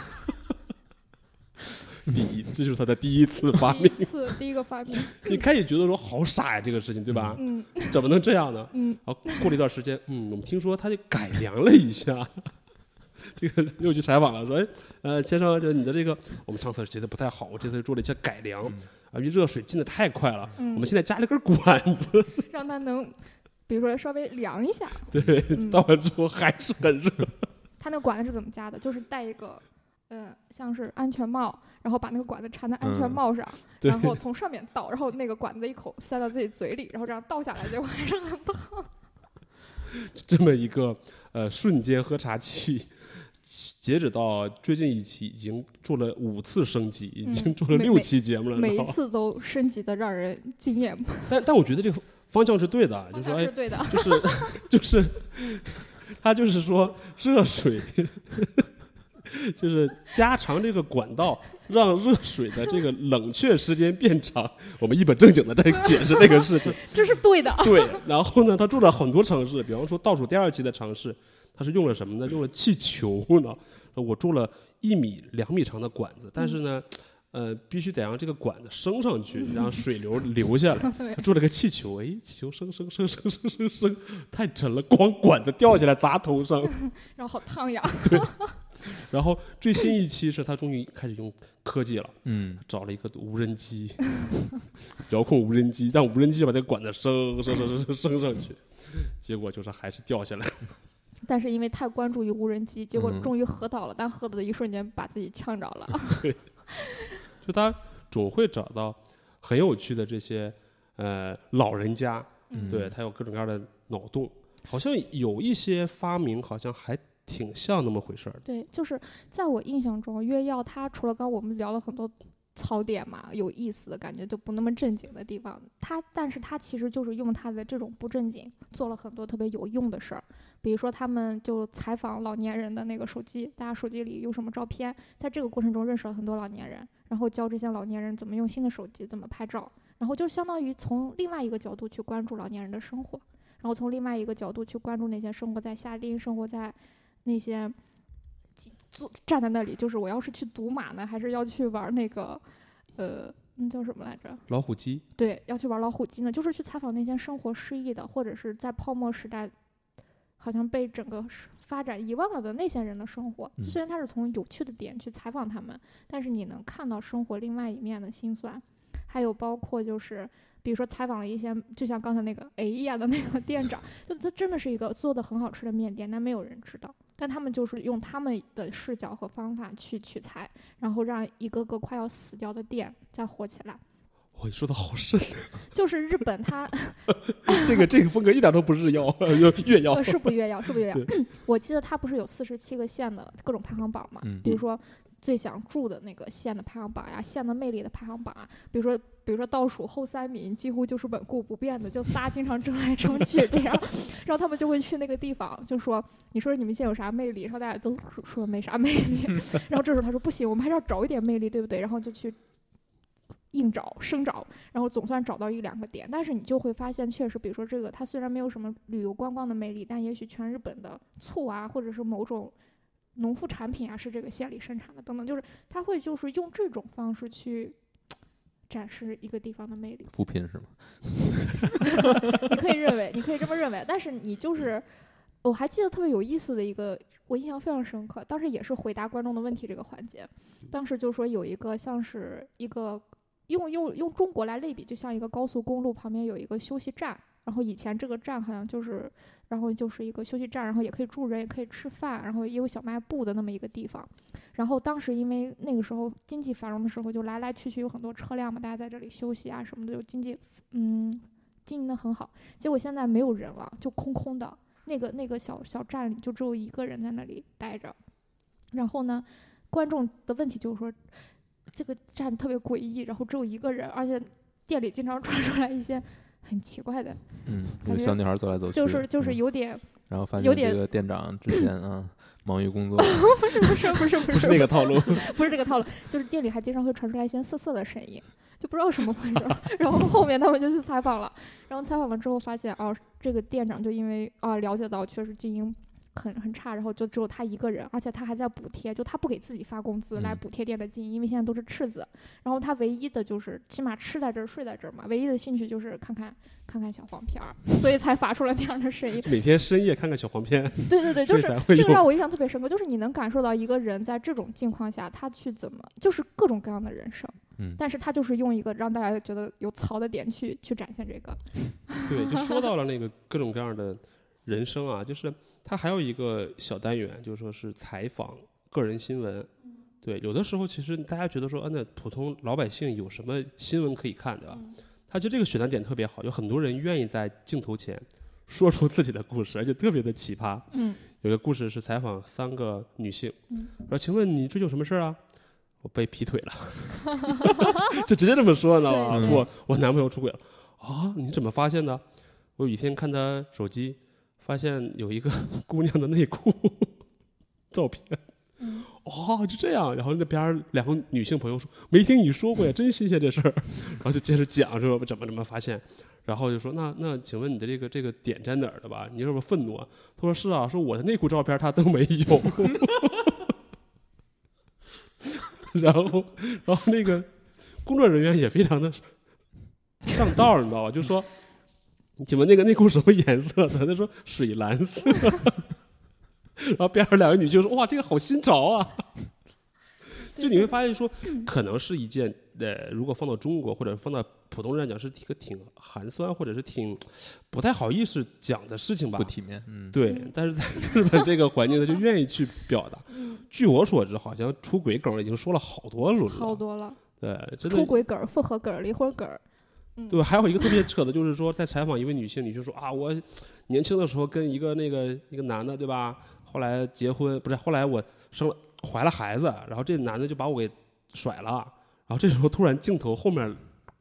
第一，这就是他的第一次发
第一
明。
次第一个发 明，
一开始觉得说好傻呀、这个事情对吧？
嗯
怎么能这样呢？
嗯，
然后过了一段时间，嗯，我们听说他就改良了一下。 这个又去采访了，说，哎，呃，先生，就你的这个，我们上次觉得不太好，我这次做了一些改良，啊，因为热水进的太快了，
嗯
我们现在加了根管子，
让他能，比如说稍微凉一下，
对，
嗯
倒完之后还是很热，
他那管子是怎么加的？就是戴一个，嗯，像是安全帽，然后把那个管子缠在安全
嗯
帽上，
对
然后从上面倒，然后那个管子一口塞到自己嘴里，然后这样倒下来，结果还是很烫。
这么一个呃瞬间喝茶器， 截止到最近一期已经做了五次升级，已经做了
每
六期节目了，
嗯每
你知
一
道吗？
次都升级的让人惊艳，
但但我觉得这个方向是对的，就
方向
是说哎
是，对的。
就是就是， 他就是说热水。 就是加长这个管道，让热水的这个冷却时间变长。我们一本正经的在解释这个事情，
这是对的。
对，然后呢，他做了很多尝试，比方说倒数第二期的尝试，他是用了什么呢？用了气球呢。我做了一米、两米长的管子，但是呢，呃，必须得让这个管子升上去，让水流流下来。
对
他做了个气球，哎，气球升升升升升升升，太沉了，光管子掉下来砸头上。
然后好烫呀，
然后最新一期是他终于开始用科技了，
嗯，
找了一个无人机， 遥控无人机，让无人机就把这个管子升升升升升上去，结果就是还是掉下来。
但是因为太关注于无人机，结果
嗯
终于喝到了，但喝的一瞬间把自己呛着了。
就他总会找到很有趣的这些呃老人家，
嗯
对他有各种各样的脑洞，好像有一些发明好像还挺像那么回事儿的。
对，就是在我印象中，约药它除了刚我们聊了很多槽点嘛，有意思的感觉就不那么正经的地方，它但是它其实就是用它的这种不正经做了很多特别有用的事儿，比如说他们就采访老年人的那个手机，大家手机里有什么照片，在这个过程中认识了很多老年人，然后教这些老年人怎么用新的手机，怎么拍照，然后就相当于从另外一个角度去关注老年人的生活。然后从另外一个角度去关注那些生活在夏令、生活在那些坐站在那里，就是我要是去赌马呢，还是要去玩那个，呃，那叫什么来着？
老虎机，
对，要去玩老虎机呢，就是去采访那些生活失意的，或者是在泡沫时代，好像被整个是发展遗忘了的那些人的生活。
嗯
虽然他是从有趣的点去采访他们，但是你能看到生活另外一面的辛酸，还有包括就是。比如说采访了一些，就像刚才那个哎呀的那个店长，就他真的是一个做的很好吃的面店，但没有人知道。但他们就是用他们的视角和方法去取材，然后让一个个快要死掉的店再火起来。
哦我、你说的好深，
就是日本它
这个这个风格一点都不日耀，越越耀
呃，是不越要，是不越要。 我记得它不是有四十七个县的各种排行榜嘛？
嗯
比如说最想住的那个县的排行榜呀，县的魅力的排行榜啊，比如说比如说倒数后三名几乎就是稳固不变的，就仨经常争 来争去这样，然后他们就会去那个地方，就说你说你们县有啥魅力？然后大家都说说没啥魅力，
嗯
然后这时候他说不行，我们还是要找一点魅力，对不对？然后就去。硬找生找，然后总算找到一两个点，但是你就会发现，确实，比如说这个，它虽然没有什么旅游观光的魅力，但也许全日本的醋啊，或者是某种农副产品啊，是这个县里生产的，等等，就是他会就是用这种方式去展示一个地方的魅力。
扶贫是吗？
你可以认为，你可以这么认为，但是你就是，我还记得特别有意思的一个，我印象非常深刻，当时也是回答观众的问题这个环节，当时就说有一个像是一个用用用中国来类比，就像一个高速公路旁边有一个休息站。然后以前这个站好像就是，然后就是一个休息站，然后也可以住人，也可以吃饭，然后也有小卖部的那么一个地方。然后当时因为那个时候经济繁荣的时候，就来来去去有很多车辆嘛，大家在这里休息啊什么的，就经济嗯经营的很好。结果现在没有人了，就空空的。那个那个小小站里就只有一个人在那里待着。然后呢，观众的问题就是说，这个站特别诡异，然后只有一个人，而且店里经常传出来一些很奇怪的，
嗯，
感
有个
觉
小女孩走来走去，
就是就是
嗯
有点
然后发
有
现这
点
个店长之前啊忙于工作，
不是不是不是不
不
是
是那个套路。
不是这个套路，就是店里还经常会传出来一些涩涩的声音，就不知道什么回事儿。 然后后面他们就去采访了，然后采访完之后发现，哦，这个店长就因为啊了解到确实经营很很差，然后就只有他一个人，而且他还在补贴，就他不给自己发工资来
嗯
补贴店的经营，因为现在都是赤字。然后他唯一的就是起码吃在这儿睡在这儿嘛，唯一的兴趣就是看看看看小黄片儿，所以才发出了那样的声音。
每天深夜看看小黄片，
对对对，就
这
是
才会
这个
有
让我印象特别深刻，就是你能感受到一个人在这种境况下，他去怎么，就是各种各样的人生，
嗯
但是他就是用一个让大家觉得有槽的点去去展现这个，
对，就说到了那个各种各样的人生啊，就是它还有一个小单元，就是说是采访个人新闻。
嗯
对，有的时候其实大家觉得说，啊，那普通老百姓有什么新闻可以看，对吧？
嗯
他就这个选择点特别好，有很多人愿意在镜头前 说出自己的故事，而且特别的奇葩。
嗯，
有个故事是采访三个女性，
嗯
说：“请问你追求什么事儿啊？”我被劈腿了， 就直接这么说呢。
对
对
我我男朋友出轨了啊？你怎么发现的？我有一天看他手机，发现有一个 姑娘的内裤 照片。
嗯
哦，就这样。然后那边儿两个女性朋友说：“没听你说过呀，真新鲜这事儿。” 然后就接着讲说怎么怎么发现，然后就说：“那那请问你的这个这个点在哪儿的吧？你是不是愤怒啊？”他说：“是啊，说我的内裤照片他都没有。” 然后，然后那个工作人员也非常的上道儿，你知道吧？就说：“请问那个内裤什么颜色的？”他说：“水蓝色。” 然后边上两个女性说：“哇，这个好新潮啊！”就你会发现说，
嗯
可能是一件呃，如果放到中国或者放到普通人来讲，是一个挺寒酸或者是挺不太好意思讲的事情吧
不。体面，嗯，
对
嗯，
但是在日本这个环境，他就愿意去表达。据我所知，好像出轨梗已经说了好多轮了。
好多了，
对，真
出
的
轨梗儿、复合梗儿、离婚梗儿，
对。还有一个特别扯的，就是说在采访一位女性，女性说啊，我年轻的时候跟一个那个一个男的，对吧？后来结婚不是，后来我生了怀了孩子，然后这男的就把我给甩了。然后这时候突然镜头后面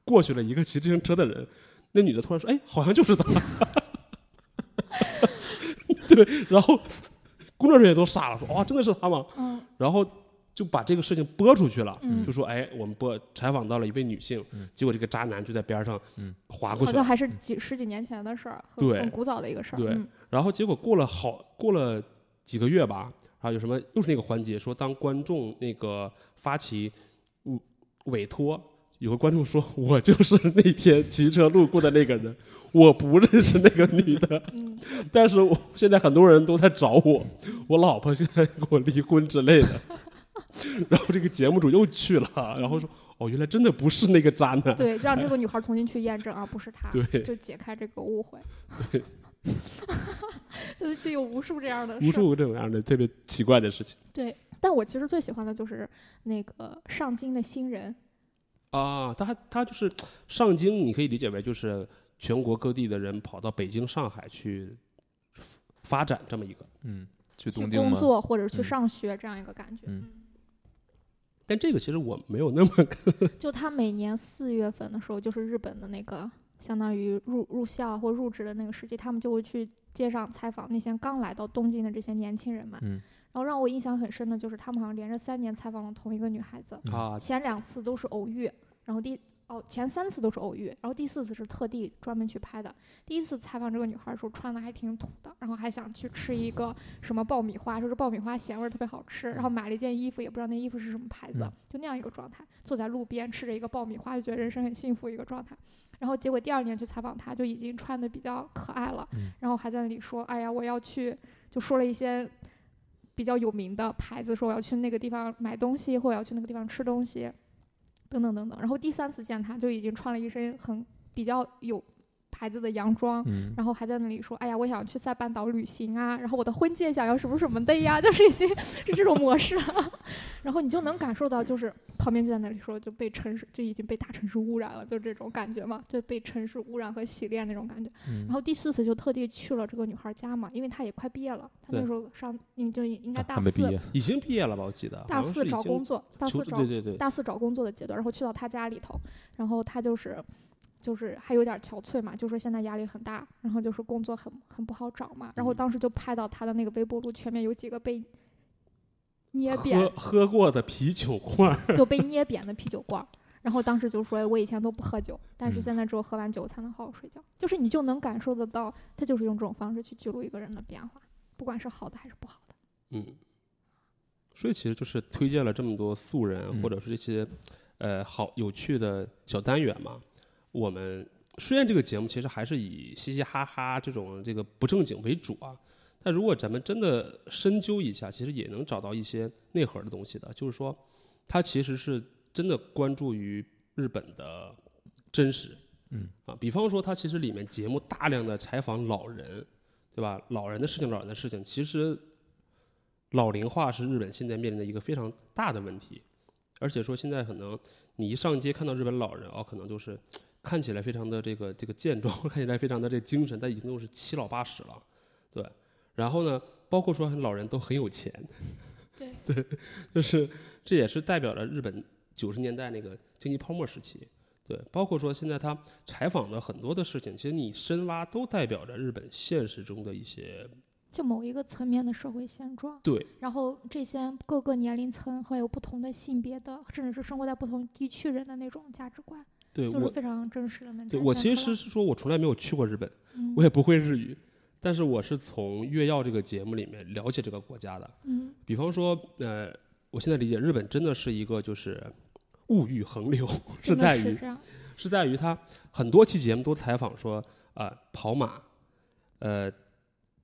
过去了一个骑自行车的人，那女的突然说：“哎，好像就是他。” 对，然后工作人员都傻了，说：“哇，真的是他吗？”
嗯
然后就把这个事情播出去了，
嗯
就说哎，我们播采访到了一位女性，
嗯
结果这个渣男就在边上
嗯
划过
好
去
像
了，
还是几十几年前的事儿，很
对
很古早的一个事儿，
对
嗯
然后结果过了好过了几个月吧，然后有什么又是那个环节，说当观众那个发起委委托。有个观众说：“我就是那天骑车路过的那个人，我不认识那个女的，
嗯，
但是我现在很多人都在找我，我老婆现在跟我离婚之类的。然后这个节目组又去了，然后说哦，原来真的不是那个渣男。
对，让这个女孩儿 重新去验证啊，不是他，
对
就解开这个误会。 就就有无数这样的事
无
儿。
数这种样的特别奇怪的事情
但我其实最喜欢的就是那个上京的新人，
啊。他他就是上京，你可以理解为就是全国各地的人跑到北京、上海去发展这么一个。
嗯，去
去
东京
工
吗？
作或者去
嗯
上学这样一个感觉。
嗯
但这个其实我没有那么
就他每年四月份的时候，就是日本的那个相当于入入校或入职的那个时期，他们就会去街上采访那些刚来到东京的这些年轻人们。
嗯
然后让我印象很深的就是，他们好像连着三年采访了同一个女孩子，
嗯
啊，
前两次都是偶遇，然后第哦前三次都是偶遇，然后第四次是特地专门去拍的。第一次采访这个女孩的时候，穿的还挺土的，然后还想去吃一个什么爆米花，说是爆米花咸味儿特别好吃，然后买了一件衣服，也不知道那衣服是什么牌子
嗯，
就那样一个状态，坐在路边吃着一个爆米花，就觉得人生很幸福一个状态。然后结果第二年去采访她，就已经穿的比较可爱了
嗯，
然后还在那里说：“哎呀，我要去。”就说了一些比较有名的牌子，说我要去那个地方买东西，或者要去那个地方吃东西，等等等等。然后第三次见他，就已经穿了一身很比较有牌子的洋装，
嗯，
然后还在那里说：“哎呀，我想去塞班岛旅行啊，然后我的婚戒想要什么什么的呀， 就是一些是这种模式、啊。” 然后你就能感受到，就是旁边就在那里说就被城市就已经被大城市污染了，就这种感觉嘛，就被城市污染和洗练那种感觉。
嗯
然后第四次就特地去了这个女孩家嘛，因为她也快毕业了，她那
对
时候上你就应该
啊
大
还没毕
四，
业，
已经毕业了吧？我记得
大四找工
作，
作，大
求
四找
对对对，
大四找工作的阶段，然后去到她家里头，然后她就是就是还有点憔悴嘛，就说现在压力很大，然后就是工作很很不好找嘛，然后
嗯
当时就拍到她的那个微波炉前面有几个被捏扁
喝喝过的啤酒罐儿，
就被捏扁的啤酒罐儿。然后当时就说，我以前都不喝酒，但是
嗯
现在只有喝完酒才能好好睡觉。就是你就能感受得到，他就是用这种方式去记录一个人的变化，不管是好的还是不好的。
嗯，所以其实就是推荐了这么多素人，
嗯
或者是这些呃好有趣的小单元嘛。我们虽然这个节目其实还是以嘻嘻哈哈这种这个不正经为主啊，但如果咱们真的深究一下，其实也能找到一些内核的东西的。就是说，它其实是真的关注于日本的真实。
嗯
啊，比方说，它其实里面节目大量的采访老人，对吧？老人的事情，老人的事情，其实老龄化是日本现在面临的一个非常大的问题，而且说现在可能你一上街看到日本老人啊，可能就是看起来非常的这个这个健壮，看起来非常的这精神，但已经都是七老八十了，对。然后呢，包括说老人都很有钱，
对
就是这也是代表了日本九十年代那个经济泡沫时期。对，包括说现在他采访的很多的事情，其实你深挖都代表着日本现实中的一些
就某一个层面的社会现状，
对，
然后这些各个年龄层还有不同的性别的，甚至是生活在不同地区人的那种价值观，
对
就是
我
非常真实的那种。
对我其实是说，我从来没有去过日本，
嗯
我也不会日语，但是我是从《越要》这个节目里面了解这个国家的。
嗯，
比方说，呃，我现在理解日本真的是一个就是物欲横流， 是
真的
在
是
于
这样，
是在于他很多期节目都采访说，呃，跑马，呃，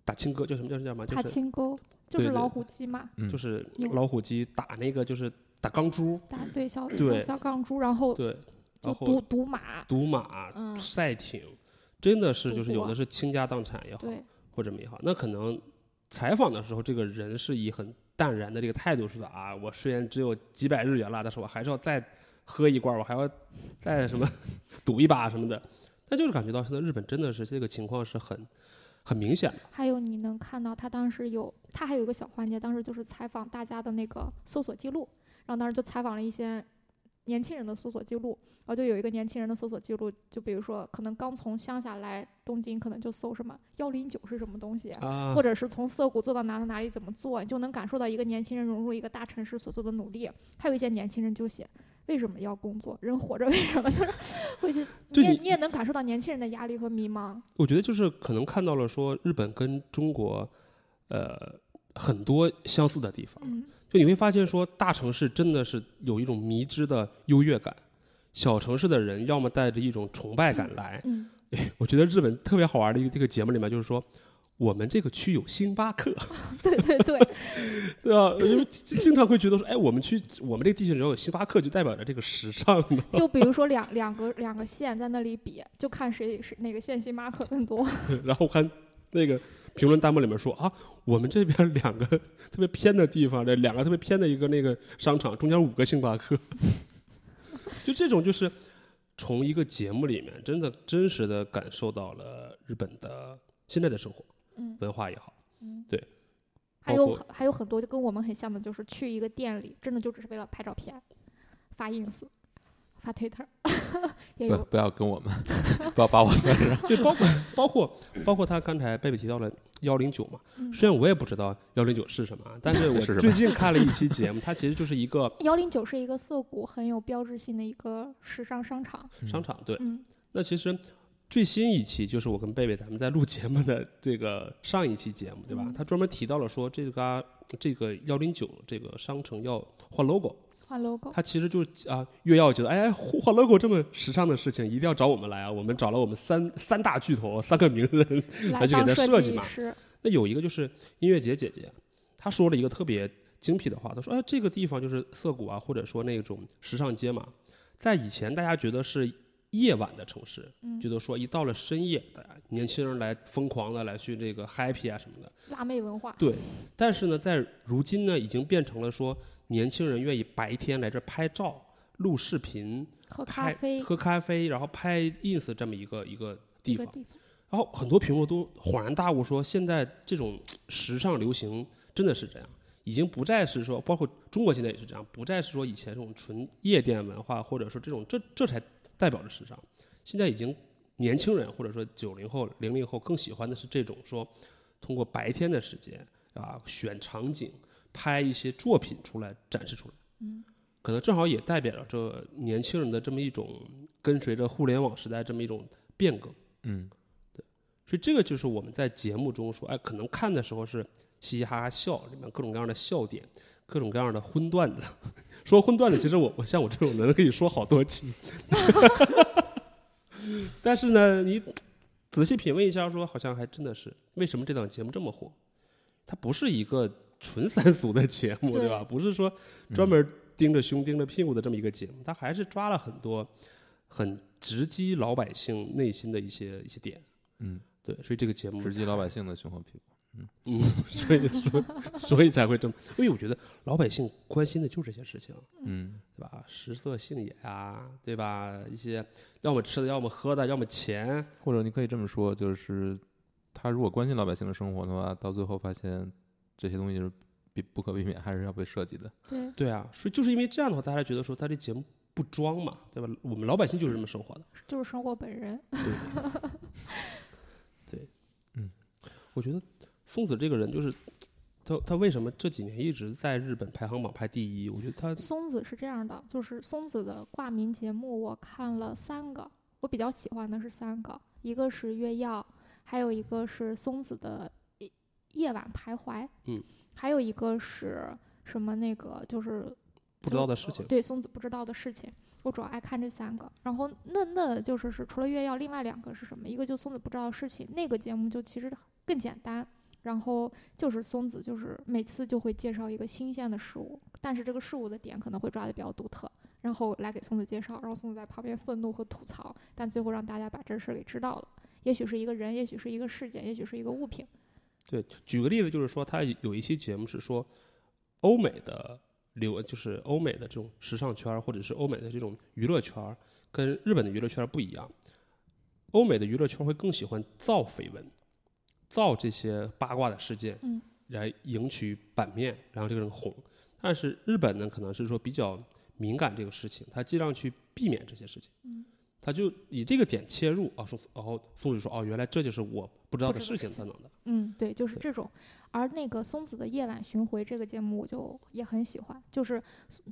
打青哥叫什么叫什么叫什
爬
么，就是
青沟就
对
是
对
老
对
虎机嘛，
嗯
就是
有
老虎机打那个就是打钢珠，
打对小小
对
小钢珠，然后
对，
就赌
然后
赌马，
赌马、
嗯
赛艇，真的是
赌
就是有
博
的是倾家荡产也好。
对。
或者美好。那可能采访的时候，这个人是以很淡然的这个态度说的啊，我虽然只有几百日元了，但是我还是要再喝一罐，我还要再什么赌一把什么的。但就是感觉到现在日本真的是这个情况是很很明显的。
还有你能看到他当时有，他还有一个小环节，当时就是采访大家的那个搜索记录，然后当时就采访了一些年轻人的搜索记录，然后就有一个年轻人的搜索记录，就比如说可能刚从乡下来东京，可能就搜什么幺零九是什么东西。
啊
或者是从涩谷做到哪哪哪里怎么做，你就能感受到一个年轻人融入一个大城市所做的努力。还有一些年轻人就写为什么要工作，人活着为什么？ 就是会去，
就
你也
你
你也能感受到年轻人的压力和迷茫。
我觉得就是可能看到了说日本跟中国，呃，很多相似的地方。
嗯，
就你会发现说，大城市真的是有一种迷之的优越感，小城市的人要么带着一种崇拜感来，
嗯，
我觉得日本特别好玩的一个这个节目里面，就是说我们这个区有星巴克，
嗯 对对对，
对吧？因为经经常会觉得说，哎，我们区我们这个地区只要有星巴克，就代表着这个时尚 的。
就比如说两两个两个县在那里比，就看谁是哪个县星巴克更多。
然后我看那个评论弹幕里面说啊，我们这边两个特别偏的地方，这两个特别偏的一个那个商场中间五个星巴克， 就这种就是从一个节目里面真的真实的感受到了日本的现在的生活
嗯
文化也好，
嗯，
对。
还
包
有
括
很还有很多就跟我们很像的，就是去一个店里，真的就只是为了拍照片、发 ins、发 Twitter，也
不
有
不要跟我们， 不要把我算 上。
对，包括包括包括他刚才贝贝提到了幺零九嘛，
嗯
虽然我也不知道幺零九是什么啊，但是我
是什么
最近看了一期节目，它其实就是一个
幺零九是一个涩谷很有标志性的一个时尚商场。
商场。对，
嗯
那其实最新一期就是我跟贝贝咱们在录节目的这个上一期节目，对吧？
嗯
他专门提到了说这个啊这个幺零九这个商城要换 logo，
换 logo，
他其实就是啊，越要觉得哎，换 logo 这么时尚的事情，一定要找我们来啊！我们找了我们三三大巨头，三个名人。
来
来去给
当
它设
设
计
计
嘛
师，
那有一个就是音乐节姐姐，她说了一个特别精辟的话，她说：“哎，这个地方就是涩谷啊，或者说那种时尚街嘛，在以前大家觉得是夜晚的城市，
嗯
觉，得说一到了深夜，大家年轻人来疯狂的来去这个 happy 啊什么的。
辣妹文化，
对，但是呢，在如今呢，已经变成了说年轻人愿意白天来这儿拍照、录视频、
喝咖
拍
啡
喝咖啡，然后拍 ins 这么一个一个
一
地
个
方。
地方，
然后很多评论都恍然大悟，说现在这种时尚流行真的是这样，已经不再是说，包括中国现在也是这样，不再是说以前这种纯夜店文化，或者说这种这这才代表着时尚。现在已经年轻人或者说九零后、零零后更喜欢的是这种说，通过白天的时间啊，选场景拍一些作品出来展示出来。
嗯，
可能正好也代表着年轻人的这么一种跟随着互联网时代这么一种变革。
嗯，
所以这个就是我们在节目中说，哎，可能看的时候是嘻嘻哈哈笑，里面各种各样的笑点，各种各样的荤段子。 说荤段子，其实我我像我这种人可以说好多期， 但是呢，你仔细品味一下说好像还真的是为什么这档节目这么火？它不是一个纯三俗的节目，
对
对吧？不是说专门盯着胸、盯着屁股的这么一个节目，它还是抓了很多很直击老百姓内心的一些一些点。
嗯，
对，所以这个节目
直击老百姓的胸和屁股。
嗯， 所以说，所以才会这么，因为我觉得老百姓关心的就是这些事情，
嗯，
对吧？食色性也啊，对吧？一些要么吃的，要么喝的，要么钱，
或者你可以这么说，就是他如果关心老百姓的生活的话，到最后发现这些东西是必不可避免，还是要被设计的。
对，
对啊。所以就是因为这样的话，大家觉得说他这节目不装嘛，对吧？我们老百姓就是这么生活的。
就是生活本人。
我觉得松子这个人就是。他他为什么这几年一直在日本排行榜排第一？我觉得他
松子是这样的，就是松子的挂名节目，我看了三个，我比较喜欢的是三个，一个是月曜，还有一个是松子的夜夜晚徘徊，
嗯，
还有一个是什么那个就是
不知道的事情，
对松子不知道的事情。我主要爱看这三个，然后那那就是是除了月曜，另外两个是什么？一个就松子不知道的事情，那个节目就其实更简单，然后就是松子就是每次就会介绍一个新鲜的事物，但是这个事物的点可能会抓的比较独特，然后来给松子介绍，然后松子在旁边愤怒和吐槽，但最后让大家把这事儿给知道了。也许是一个人，也许是一个事件，也许是一个物品。
对，举个例子，就是说，他有一期节目是说，欧美的流，就是欧美的这种时尚圈儿，或者是欧美的这种娱乐圈儿，跟日本的娱乐圈儿不一样。欧美的娱乐圈儿会更喜欢造绯闻，造这些八卦的事件，
嗯，
来赢取版面，然后这个人红。但是日本呢，可能是说比较敏感这个事情，他尽量去避免这些事情。
嗯，
他就以这个点切入啊，说，然后松子说，哦，原来这就是我不知道
不知
的
道
事
的
情
事
才
情
能的。
嗯，对，就是
对
这种。而那个松子的夜晚巡回这个节目，我就也很喜欢，就是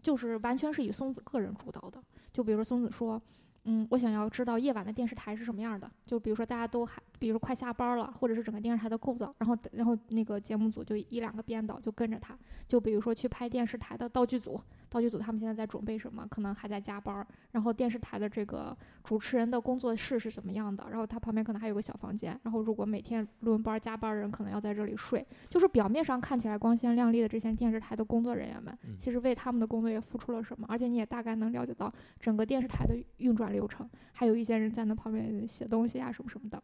就是完全是以松子个人主导的。就比如说松子说，嗯，我想要知道夜晚的电视台是什么样的。就比如说大家都还，比如快下班了，或者是整个电视台的构造，然后然后那个节目组就一两个编导就跟着他，就比如说去拍电视台的道具组，道具组他们现在在准备什么，可能还在加班儿。然后电视台的这个主持人的工作室是怎么样的，然后他旁边可能还有个小房间，然后如果每天轮班儿加班儿人可能要在这里睡，就是表面上看起来光鲜亮丽的这些电视台的工作人员们
嗯，
其实为他们的工作也付出了什么，而且你也大概能了解到整个电视台的运转流程，还有一些人在那旁边写东西啊什么什么的，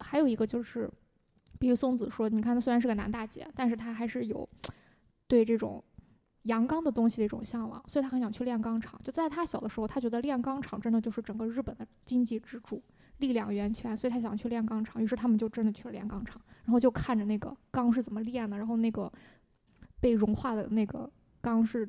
还有一个就是。比如松子说，你看她虽然是个男大姐，但是她还是有对这种阳刚的东西的一种向往，所以她很想去炼钢厂。就在她小的时候，她觉得炼钢厂真的就是整个日本的经济支柱、力量源泉，所以她想去炼钢厂。于是他们就真的去了炼钢厂，然后就看着那个钢是怎么炼的，然后那个被融化的那个钢是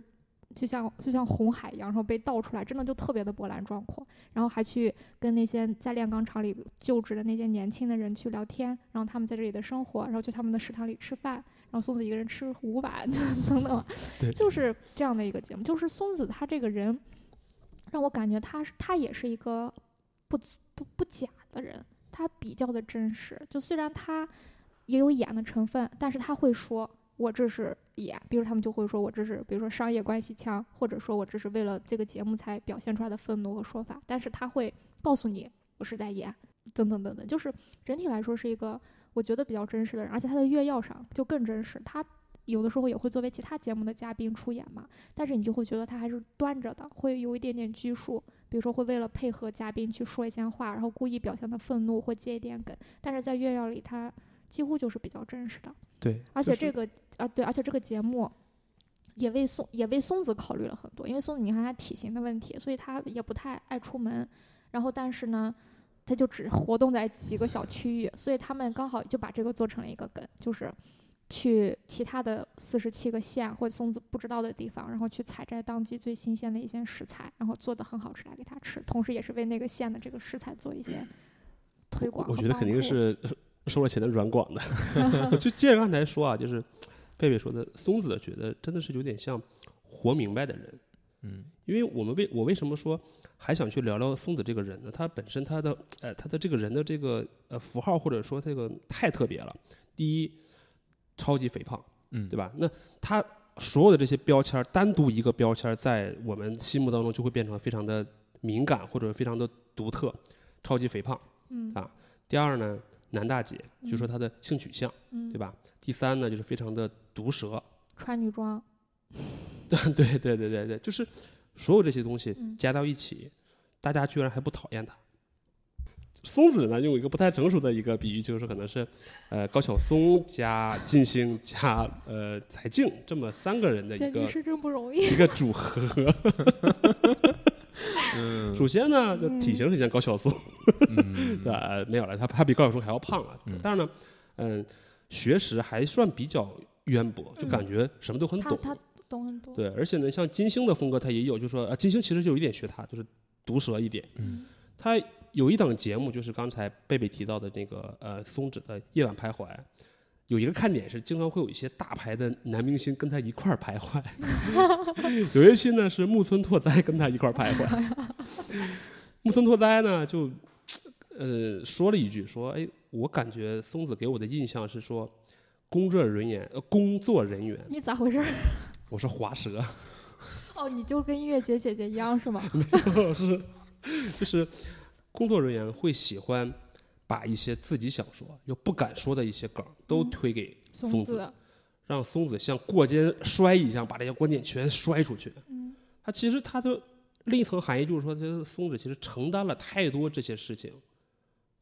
就像就像红海一样，然后被倒出来，真的就特别的波澜壮阔。然后还去跟那些在炼钢厂里就职的那些年轻的人去聊天，然后他们在这里的生活，然后去他们的食堂里吃饭，然后松子一个人吃五碗， 就等等
对，
就是这样的一个节目。就是松子她这个人，让我感觉她是她也是一个不不不假的人，她比较的真实。就虽然她也有演的成分，但是她会说。我这是演，比如他们就会说我这是，比如说商业关系腔，或者说我这是为了这个节目才表现出来的愤怒和说法，但是他会告诉你我是在演，等等等等，就是整体来说是一个我觉得比较真实的人，而且他的越要上就更真实，他有的时候也会作为其他节目的嘉宾出演嘛，但是你就会觉得他还是端着的，会有一点点拘束，比如说会为了配合嘉宾去说一些话，然后故意表现的愤怒或接一点梗，但是在越要里他几乎就是比较真实的。
对，
而
就
且
是
这个啊，对，而且这个节目也为松也为松子考虑了很多，因为松子你看她体型的问题，所以她也不太爱出门。然后但是呢，她就只活动在几个小区域，所以他们刚好就把这个做成了一个梗，就是去其他的四十七个县或者松子不知道的地方，然后去采摘当季最新鲜的一些食材，然后做的很好吃来给她吃，同时也是为那个县的这个食材做一些推广
我
和
觉得
帮
肯定
助
是收了钱的软广的。 我就接着刚才说啊，就是贝贝说的，松子觉得真的是有点像活明白的人。
嗯
因为我们为我为什么说还想去聊聊松子这个人呢？他本身他的呃他的这个人的这个呃符号或者说这个太特别了。第一，超级肥胖，
嗯，
对
吧？
吧？那他所有的这些标签儿，单独一个标签儿在我们心目当中就会变成非常的敏感或者非常的独特。超级肥胖，
嗯
啊第二呢，男大姐，就说她的性取向，
嗯
对吧？第三呢，就是非常的毒舌，
穿女装
对对对对对，就是所有这些东西
嗯
加到一起，大家居然还不讨厌她。松子呢，用一个不太成熟的一个比喻，就是可能是，呃，高晓松加金星 加呃柴静这么三个人的一
这女
个
士真不容易。
一个组合。
嗯
首先呢，就
嗯
体型是像高晓松，
嗯
对吧、呃没有了，他他比高晓松还要胖了。
嗯
但是呢，嗯、学识还算比较渊博，就感觉什么都很
嗯他
懂。
他懂很多。
对，而且呢，像金星的风格，他也有，就说啊，金星其实就有一点学他，就是毒舌一点。
嗯
他有一档节目，就是刚才贝贝提到的那个呃松子的夜晚徘徊，有一个看点是经常会有一些大牌的男明星跟他一块儿徘徊， 有一期呢是木村拓哉跟他一块儿徘徊， 木村拓哉呢就呃说了一句说，哎，我感觉松子给我的印象是说工作人员呃工作人员，
你咋回事儿？
我是滑舌。
哦，你就跟音乐节姐姐一样是吗？
是，就是工作人员会喜欢把一些自己想说又不敢说的一些梗儿都
嗯
推给，
松
松
子
子，让松子像过肩摔一样把这些观点全摔出去。
嗯
他其实他的另一层含义就是说，这个松子其实承担了太多这些事情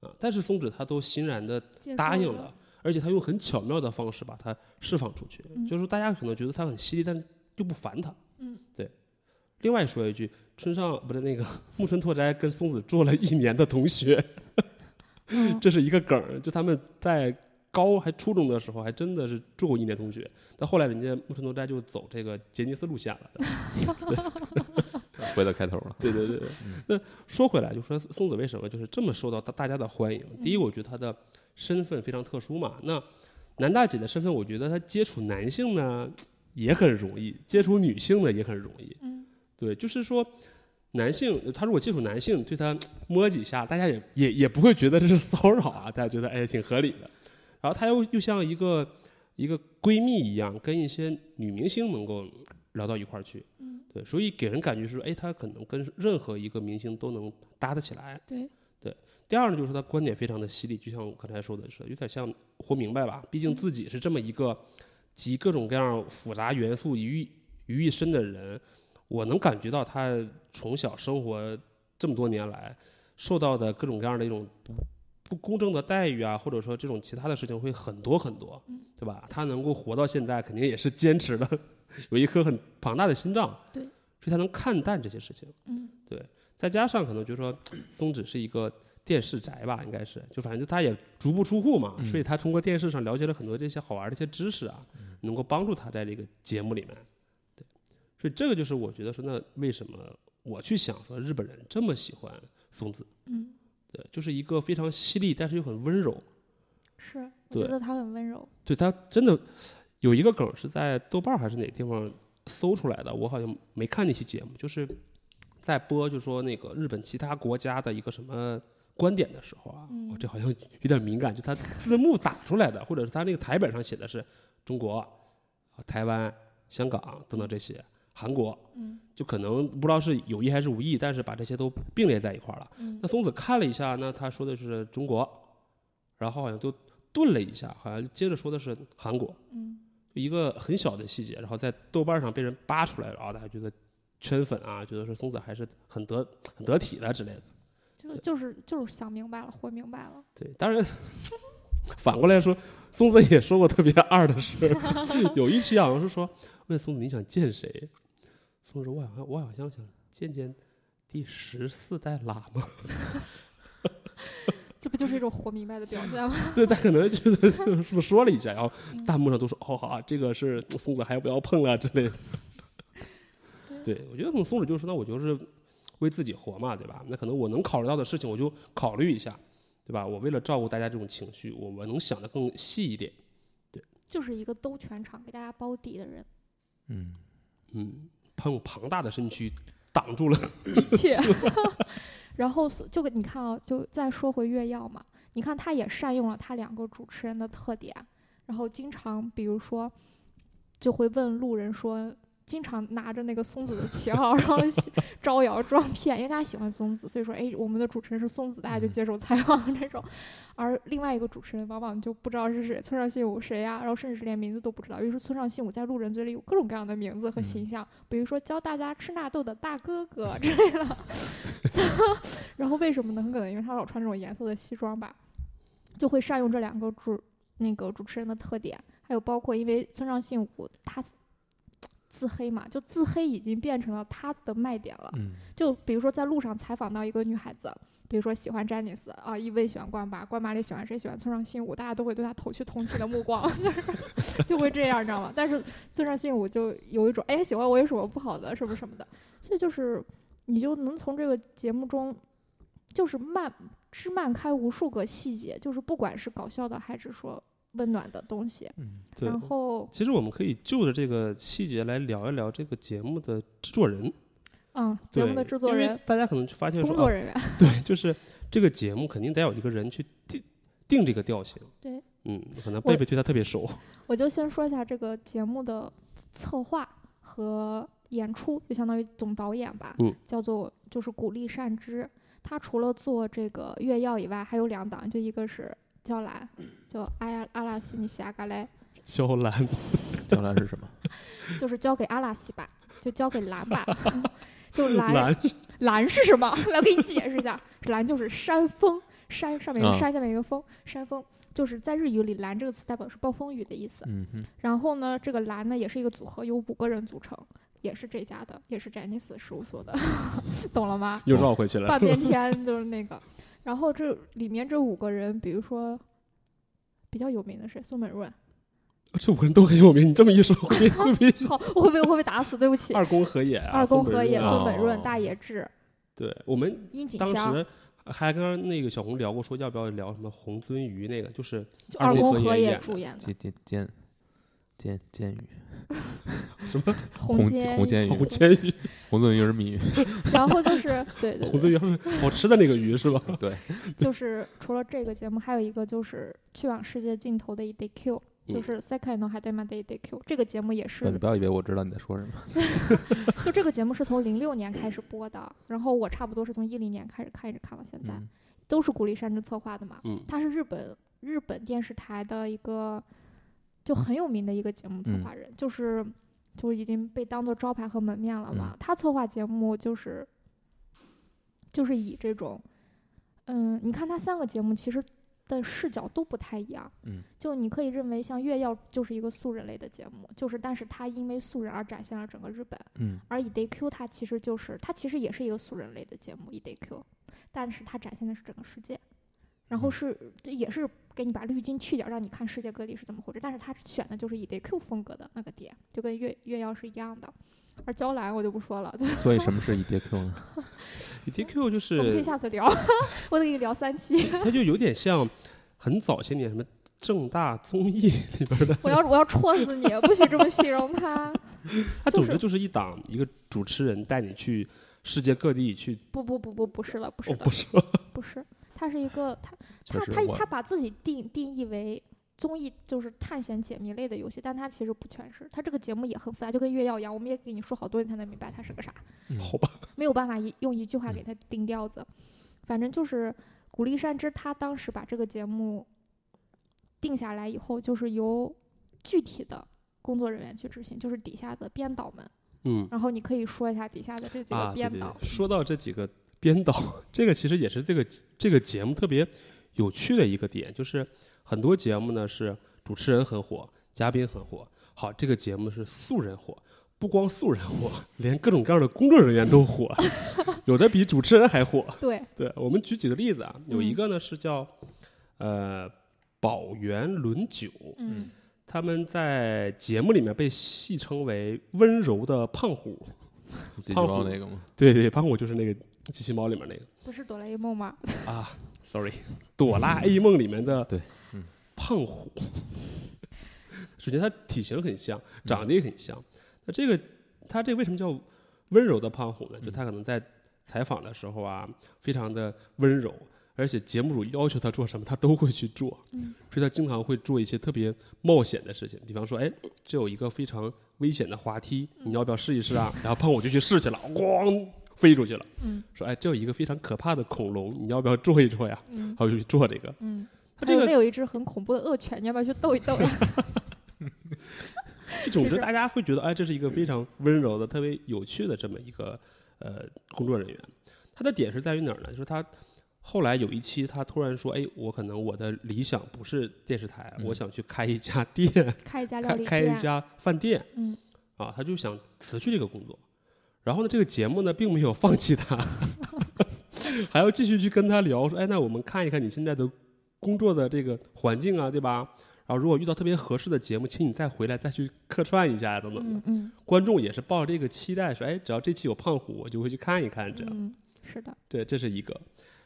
啊，但是松子他都欣然的
接
答
受
应了，而且他用很巧妙的方式把它释放出去，
嗯
就是大家可能觉得他很犀利，但是又不烦他。
嗯，
对。另外说一句，村上不是那个木村拓哉跟松子做了一年的同学，
嗯
这是一个梗儿，就他们在高还初中的时候还真的是做过一年同学，但后来人家木村拓哉就走这个杰尼斯路线了。
回到开头了。
对对对。对那说回来，就说松子为什么就是这么受到大大家的欢迎？第一，
嗯
我觉得她的身份非常特殊嘛。那男大姐的身份，我觉得她接触男性呢也很容易，接触女性呢也很容易。
嗯
对，就是说。男性，她如果接触男性，对她摸几下，大家也也也不会觉得这是骚扰啊，大家觉得哎挺合理的。然后她又又像一个一个闺蜜一样，跟一些女明星能够聊到一块儿去，
嗯，
对，所以给人感觉是，哎，他可能跟任何一个明星都能搭得起来。
对，
第二呢，就是他观点非常的犀利，就像我刚才说的是，有点像活明白吧，毕竟自己是这么一个集各种各样复杂元素于一于一身的人，我能感觉到他从小生活这么多年来受到的各种各样的一种不不公正的待遇啊，或者说这种其他的事情会很多很多，对吧？他能够活到现在，肯定也是坚持了， 有一颗很庞大的心脏，
对
所以他能看淡这些事情。
嗯
再加上可能就是说，松子是一个电视宅吧，应该是，就反正就他也足不出户嘛，
嗯
所以他通过电视上了解了很多这些好玩的一些知识啊，能够帮助他在这个节目里面。对，所以这个就是我觉得说，那为什么我去想说日本人这么喜欢松子？
嗯，
对，就是一个非常犀利，但是又很温柔。
是，我
对
觉得他很温柔。
对他真的有一个梗是在豆瓣儿还是哪个地方搜出来的，我好像没看那期节目，就是在播就说那个日本其他国家的一个什么观点的时候啊，
嗯
我这好像有点敏感，就他字幕打出来的，或者是他那个台本上写的是中国、啊台湾、香港等等这些，韩国。
嗯
就可能不知道是有意还是无意，但是把这些都并列在一块儿了。
嗯
那松子看了一下，那他说的是中国，然后好像就顿了一下，好像接着说的是韩国，
嗯
一个很小的细节，然后在豆瓣上被人扒出来，然啊后大家觉得圈粉啊，觉得说松子还是很得很得体的之类的。
就就是就是想明白了，活明白了。
对，当然反过来说，松子也说过特别二的事儿， 有一期好像是说问松子你想见谁，松子说我好像我好像想见见第十四代喇嘛。
这不就是一种活明白的表现吗？
对，他可能觉得是 不是说了一下，然后
嗯
弹幕上都说哦好啊，这个是松子，还不要碰了之类的。 对，我觉得可能松子就是那我就是为自己活嘛，对吧？那可能我能考虑到的事情，我就考虑一下，对吧？我为了照顾大家这种情绪，我我能想的更细一点。
就是一个兜全场给大家包底的人，
嗯，
嗯，他用庞大的身躯挡住了。
一切。 然后所就给你看啊，就再说回月曜嘛，你看他也善用了他两个主持人的特点，然后经常比如说就会问路人说。经常拿着那个松子的旗号，然后 招摇撞骗，因为大家喜欢松子，所以说，哎，我们的主持人是松子，大家就
嗯
接受采访这种。而另外一个主持人往往就不知道是谁，村上信五谁呀、然后甚至连名字都不知道。于是村上信五在路人嘴里有各种各样的名字和
嗯
形象，比如说教大家吃纳豆的大哥哥之类的。 然后为什么呢？很可能因为他老穿这种颜色的西装吧，就会善用这两个主那个主持人的特点，还有包括因为村上信五他自黑嘛，就自黑已经变成了他的卖点了。
嗯，
就比如说在路上采访到一个女孩子，比如说喜欢詹妮斯啊，一问喜欢关八，关八里喜欢谁？喜欢村上信五，大家都会对他投去同情的目光， 就是就会这样，你知道吗？但是村上信五就有一种哎喜欢我有什么不好的，是不是什么的？所以就是你就能从这个节目中，就是漫枝漫开无数个细节，就是不管是搞笑的还是说温暖的东西，
嗯，
对，
然后
其实我们可以就着这个细节来聊一聊这个节目的制作人，
嗯，节目的
对
制作
因为
人、
大家可能就发现说
工
啊
作人员，
对，就是这个节目肯定得有一个人去定定这个调性。
对，
嗯，可能
我
贝贝对他特别 熟。
我就先说一下这个节目的策划和演出，就相当于总导演吧，
嗯
叫做就是古力善之。他除了做这个月曜以外，还有两档，就一个是娇兰，就阿呀阿拉西尼西亚嘎莱，
娇兰，
将来是什么？
就是交给阿拉西吧，就交给兰吧，就兰
兰，
蓝是什么？ 来，我给你解释一下，蓝就是山峰，山上面一个
啊
山，下面一个峰，山峰就是在日语里“蓝”这个词代表是暴风雨的意思。
嗯哼，
然后呢，这个蓝呢也是一个组合，由五个人组成，也是这家的，也是詹妮斯事务所的， 懂了吗？
又绕回去
半边天就是那个。然后这里面这五个人，比如说比较有名的是宋美润，
这五个人都很有名，你这么一说，会会不会
好，我会被我会被打死，对不起。
二宫和也啊？
二宫
松本
和也、
润
啊
啊
宋本润、
哦
大野智、
对，我们
樱井
当
香，
时还跟那个小红聊过，说要不要聊什么红鳟鱼那个，就是
就
二
二
宫
宫
和
和
也
也
演
主演的
监监监监监狱，
红
监红
监
监
狱。
红
狱，
鳟鱼，
红鳟鱼是谜语。
然后就是对对
红
对，
鳟鱼是好吃的那个鱼是吧？
对，
就是除了这个节目，还有一个就是去往世界尽头的 E D Q，就
嗯
是 Second No h a d e m a d e Q 这个节目也
对，你
是，
不要以为我知道你在说什么。
就这个节目是从零六年开始播的，然后我差不多是从一零年开始看，一直看到现在，
嗯
都是古力山之策划的嘛。
嗯
他是日本日本电视台的一个就很有名的一个节目策
嗯
划人，就是就已经被当做招牌和门面了
嗯
嘛。他策划节目就是就是以这种，嗯，你看他三个节目其实的视角都不太一样。
嗯，
就你可以认为像《月曜》就是一个素人类的节目，就是但是它因为素人而展现了整个日本，
嗯
而《以 DQ》它其实就是它其实也是一个素人类的节目，《以 DQ》，但是它展现的是整个世界。然后
嗯
是，这也是给你把滤镜去掉，让你看世界各地是怎么回事。但是它选的就是以 DQ 风格的那个点，就跟月月曜是一样的。而娇兰我就不说了， 对，
嗯所以什么是 EDQ 呢？
DQ 就
我们可以
是
下次聊， 我得给你聊三期。
它就有点像很早些年什么正大综艺里 边的，
我要我要戳死你！不许这么形容他。
它
就
总
是
之就是一档一个主持人带你去世界各地去，
不不不不，不是了，不是
哦
的，
不是，
不是，他是一个他他
就是
他
我
他把自己定定义为综艺，就是探险解谜类的游戏，但他其实不全是。他这个节目也很复杂，就跟月曜一样，我们也给你说好多，你才能明白它是个啥，
嗯
好吧，
没有办法一用一句话
嗯
给他定调子。反正就是古力善之，他当时把这个节目定下来以后，就是由具体的工作人员去执行，就是底下的编导们。
嗯。
然后你可以说一下底下的这几
啊，
个
对
编
对
导。
对，说到这几个编导，这个其实也是这个这个节目特别有趣的一个点，就是很多节目呢是主持人很火，嘉宾很火，好，这个节目是素人火。不光素人火，连各种各样的工作人员都火， 有的比主持人还火。
对，
对我们举几个例子啊，有
嗯
一个呢是叫，呃，宝源伦久，
嗯，
他们在节目里面被戏称为温柔的胖虎，
解决
胖
包
虎
那个吗？
对对，胖虎就是那个机器猫里面那个。
不是哆啦 A 梦吗？
啊，sorry，《朵拉 A 梦》里面的
对嗯
胖虎， 首先它体型很像，长得也很像。那这个它这为什么叫温柔的胖虎呢？
嗯
就他可能在采访的时候啊，非常的温柔，而且节目组要求他做什么，他都会去做。
嗯
所以他经常会做一些特别冒险的事情，比方说，哎，这有一个非常危险的滑梯，你要不要试一试啊？然后胖虎就去试去了，咣飞出去了。
嗯
说，哎，这有一个非常可怕的恐龙，你要不要做一做呀？
嗯
他就去做这个。
嗯。还
他这
有
个
那有一只很恐怖的恶犬，你要不要去逗一 逗呀？
这种，
是
就大家会觉得，哎，这是一个非常温柔的、特别有趣的这么一个呃工作人员。他的点是在于哪儿呢？就是他后来有一期，他突然说，哎，我可能我的理想不是电视台，
嗯
我想去开一家店，
开一家料
开
理
开一
店，啊
家饭店。
嗯，
啊，他就想辞去这个工作。然后呢，这个节目呢并没有放弃他， 还要继续去跟他聊说，哎，那我们看一看你现在的工作的这个环境啊，对吧？然后如果遇到特别合适的节目，请你再回来再去客串一下呀，等等的
嗯。嗯
观众也是抱着这个期待，说，哎，只要这期有胖虎，我就会去看一看，这样。
嗯，是的，
对，这是一个。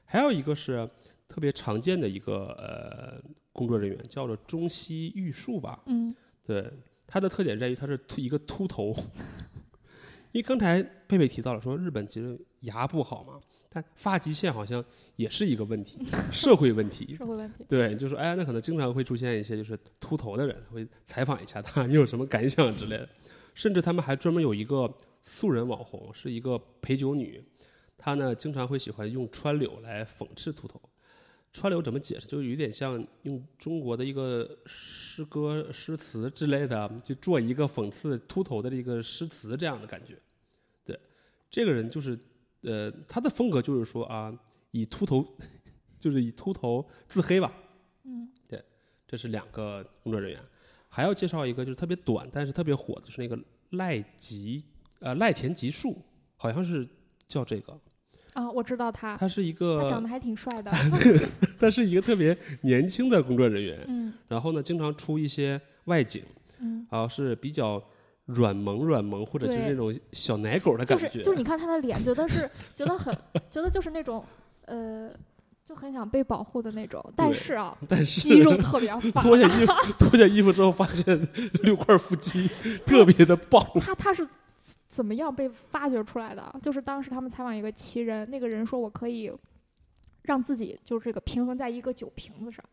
还有一个是特别常见的一个呃工作人员，叫做中西玉树吧，
嗯
对，它的特点在于它是秃一个秃头， 因为刚才贝贝提到了说日本其实牙不好嘛，但发际线好像也是一个问题，社会问题
社。会问题。
对，就说哎，那可能经常会出现一些就是秃头的人，会采访一下他，你有什么感想之类的。甚至他们还专门有一个素人网红，是一个陪酒女，她呢经常会喜欢用川柳来讽刺秃头。川柳怎么解释？就有点像用中国的一个诗歌、诗词之类的，就做一个讽刺秃头的一个诗词这样的感觉。对，这个人就是，呃，他的风格就是说啊，以秃头， 就是以秃头自黑吧，
嗯
这是两个工作人员，还要介绍一个就是特别短但是特别火的，就是那个赖吉呃赖田吉树，好像是叫这个，
啊，我知道他，
他是一
他长
个
得还挺帅的。
他是一个特别年轻的工作人员，
嗯
然后呢经常出一些外景，
嗯，
然后是比较软萌软萌或者就是
对
那种小奶狗的
就
感
是
觉，
就是你看他的脸，觉得是觉得很觉得就是那种呃，就很想被保护的那种，但
对
是 啊，
但是
肌肉特别 发
脱下 衣服脱下衣服之后发现六块腹肌特别的棒，
他他是怎么样被发掘出来的？就是当时他们采访一个奇人，那个人说我可以让自己就是这个平衡在一个酒瓶子上，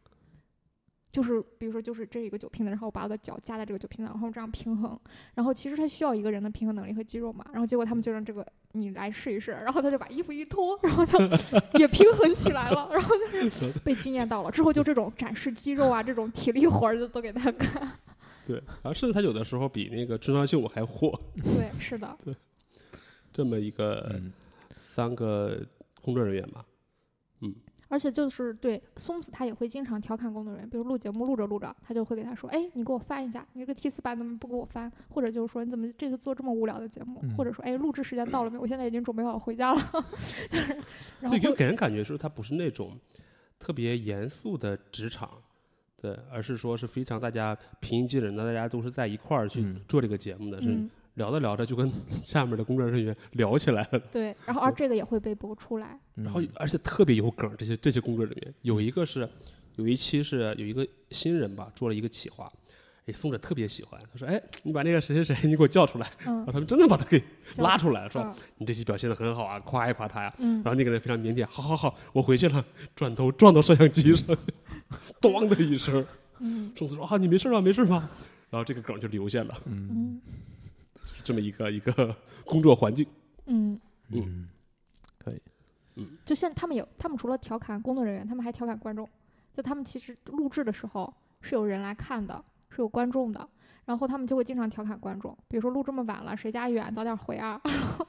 就是比如说就是这一个酒瓶子，然后我把我的脚架在这个酒瓶子上，然后这样平衡。然后其实他需要一个人的平衡能力和肌肉嘛，然后结果他们就让这个你来试一试，然后他就把衣服一脱，然后就也平衡起来了，然后就是被惊艳到了。之后就这种展示肌肉啊，这种体力活儿就都给他干。
对，然后甚至他有的时候比那个村上秀还火，
对，是的，
这么一个。
嗯，
三个工作人员吧。
而且就是对松子，他也会经常调侃工作人员，比如录节目录着录着，他就会给他说：“哎，你给我翻一下，你这个提词板怎么不给我翻？”或者就是说：“你怎么这次做这么无聊的节目？”
嗯
或者说：“哎，录制时间到了没有？我现在已经准备好回家了。” 就是，然后
对，就
会
给人感觉是他不是那种特别严肃的职场，对，而是说是非常大家平易近人的，大家都是在一块儿去
嗯
做这个节目的，是
嗯，
聊着聊着就跟 下面的工作人员聊起来了，
对，然后而这个也会被播出来，
然后
嗯
而且特别有梗儿，这些这些工作人员有一个是有一期是有一个新人吧做了一个企划。哎，松子特别喜欢，他说：“哎，你把那个谁谁谁，你给我叫出来。”
嗯
然后，他们真的把他给
就
拉出来，说
嗯：“
你这期表现的很好啊，夸一夸他呀。”
嗯
然，后那个人非常腼腆，好好好，我回去了，转头撞到摄像机上， 咣的一声，
嗯
宋子说啊，你没事吧，没事吧？然后这个梗就留下了，
嗯
嗯
是这么一个一个 工作环境。
嗯，
嗯，
就现他们有，他们除了调侃工作人员，他们还调侃观众。就他们其实录制的时候是有人来看的，是有观众的，然后他们就会经常调侃观众，比如说录这么晚了，谁家远，早点回啊，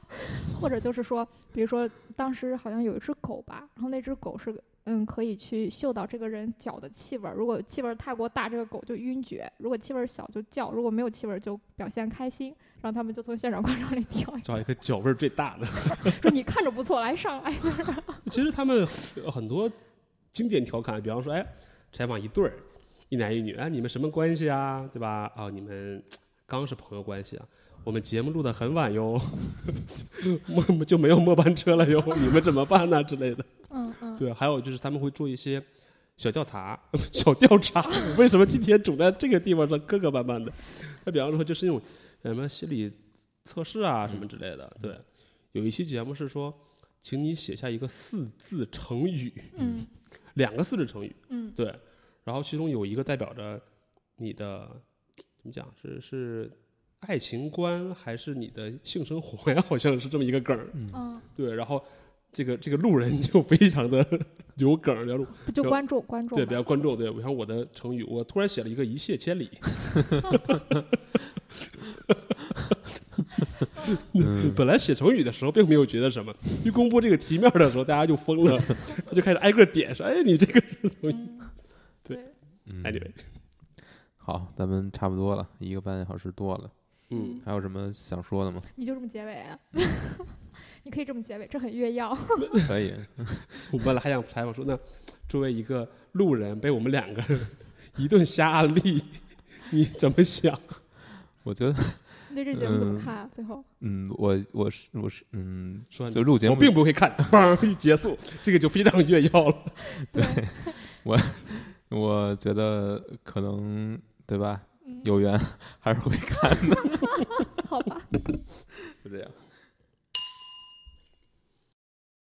或者就是说，比如说当时好像有一只狗吧，然后那只狗是。嗯，可以去嗅到这个人脚的气味儿。如果气味儿太过大，这个狗就晕厥；如果气味儿小，就叫；如果没有气味儿，就表现开心。然后他们就从现场观众里挑一
找一个脚味儿最大的，
说你看着不错，来上来。
其实他们很多经典调侃，比方说，哎，采访一对儿，一男一女，哎，你们什么关系啊？对吧？啊，你们刚是朋友关系啊。我们节目录的很晚哟， 末就没有末班车了哟，你们怎么办呢、之类的。
嗯嗯，
对，还有就是他们会做一些小调查， 小调查， 为什么今天总在这个地方上磕磕绊绊的？那比方说就是那种什么心理测试啊什么之类的。对，有一期节目是说，请你写下一个四字成语，
嗯
两个四字成语。
嗯
对，然后其中有一个代表着你的怎么讲是是爱情观还是你的性生活呀？好像是这么一个梗儿。
嗯，
对，然后这个这个路人就非常的 有梗儿，然后
不就
就
观众观众
对，
嘛
比方观众对，比方我的成语，我突然写了一个一泻千里， 本来写成语的时候并没有觉得什么，一公布这个题面的时候，大家就疯了，就开始挨个点说，哎，你这个是成语
嗯
对
对，
嗯
，anyway，
好，咱们差不多了，一个半小时多了，
嗯，
还有什么想说的吗？
你就这么结尾啊， 你可以这么结尾，这很越 要。
可以，
我本来还想采访说，那作为一个路人 被我们两个一顿瞎安利，你怎么想？
我觉得，
你对这节目怎么
嗯
看啊？最后，
嗯，我我是我是嗯，
说你
就录节
我
目
并不会看，嘣一结束，这个就非常越要了。
对，
我觉得可能对吧？
嗯
有缘还是会看的。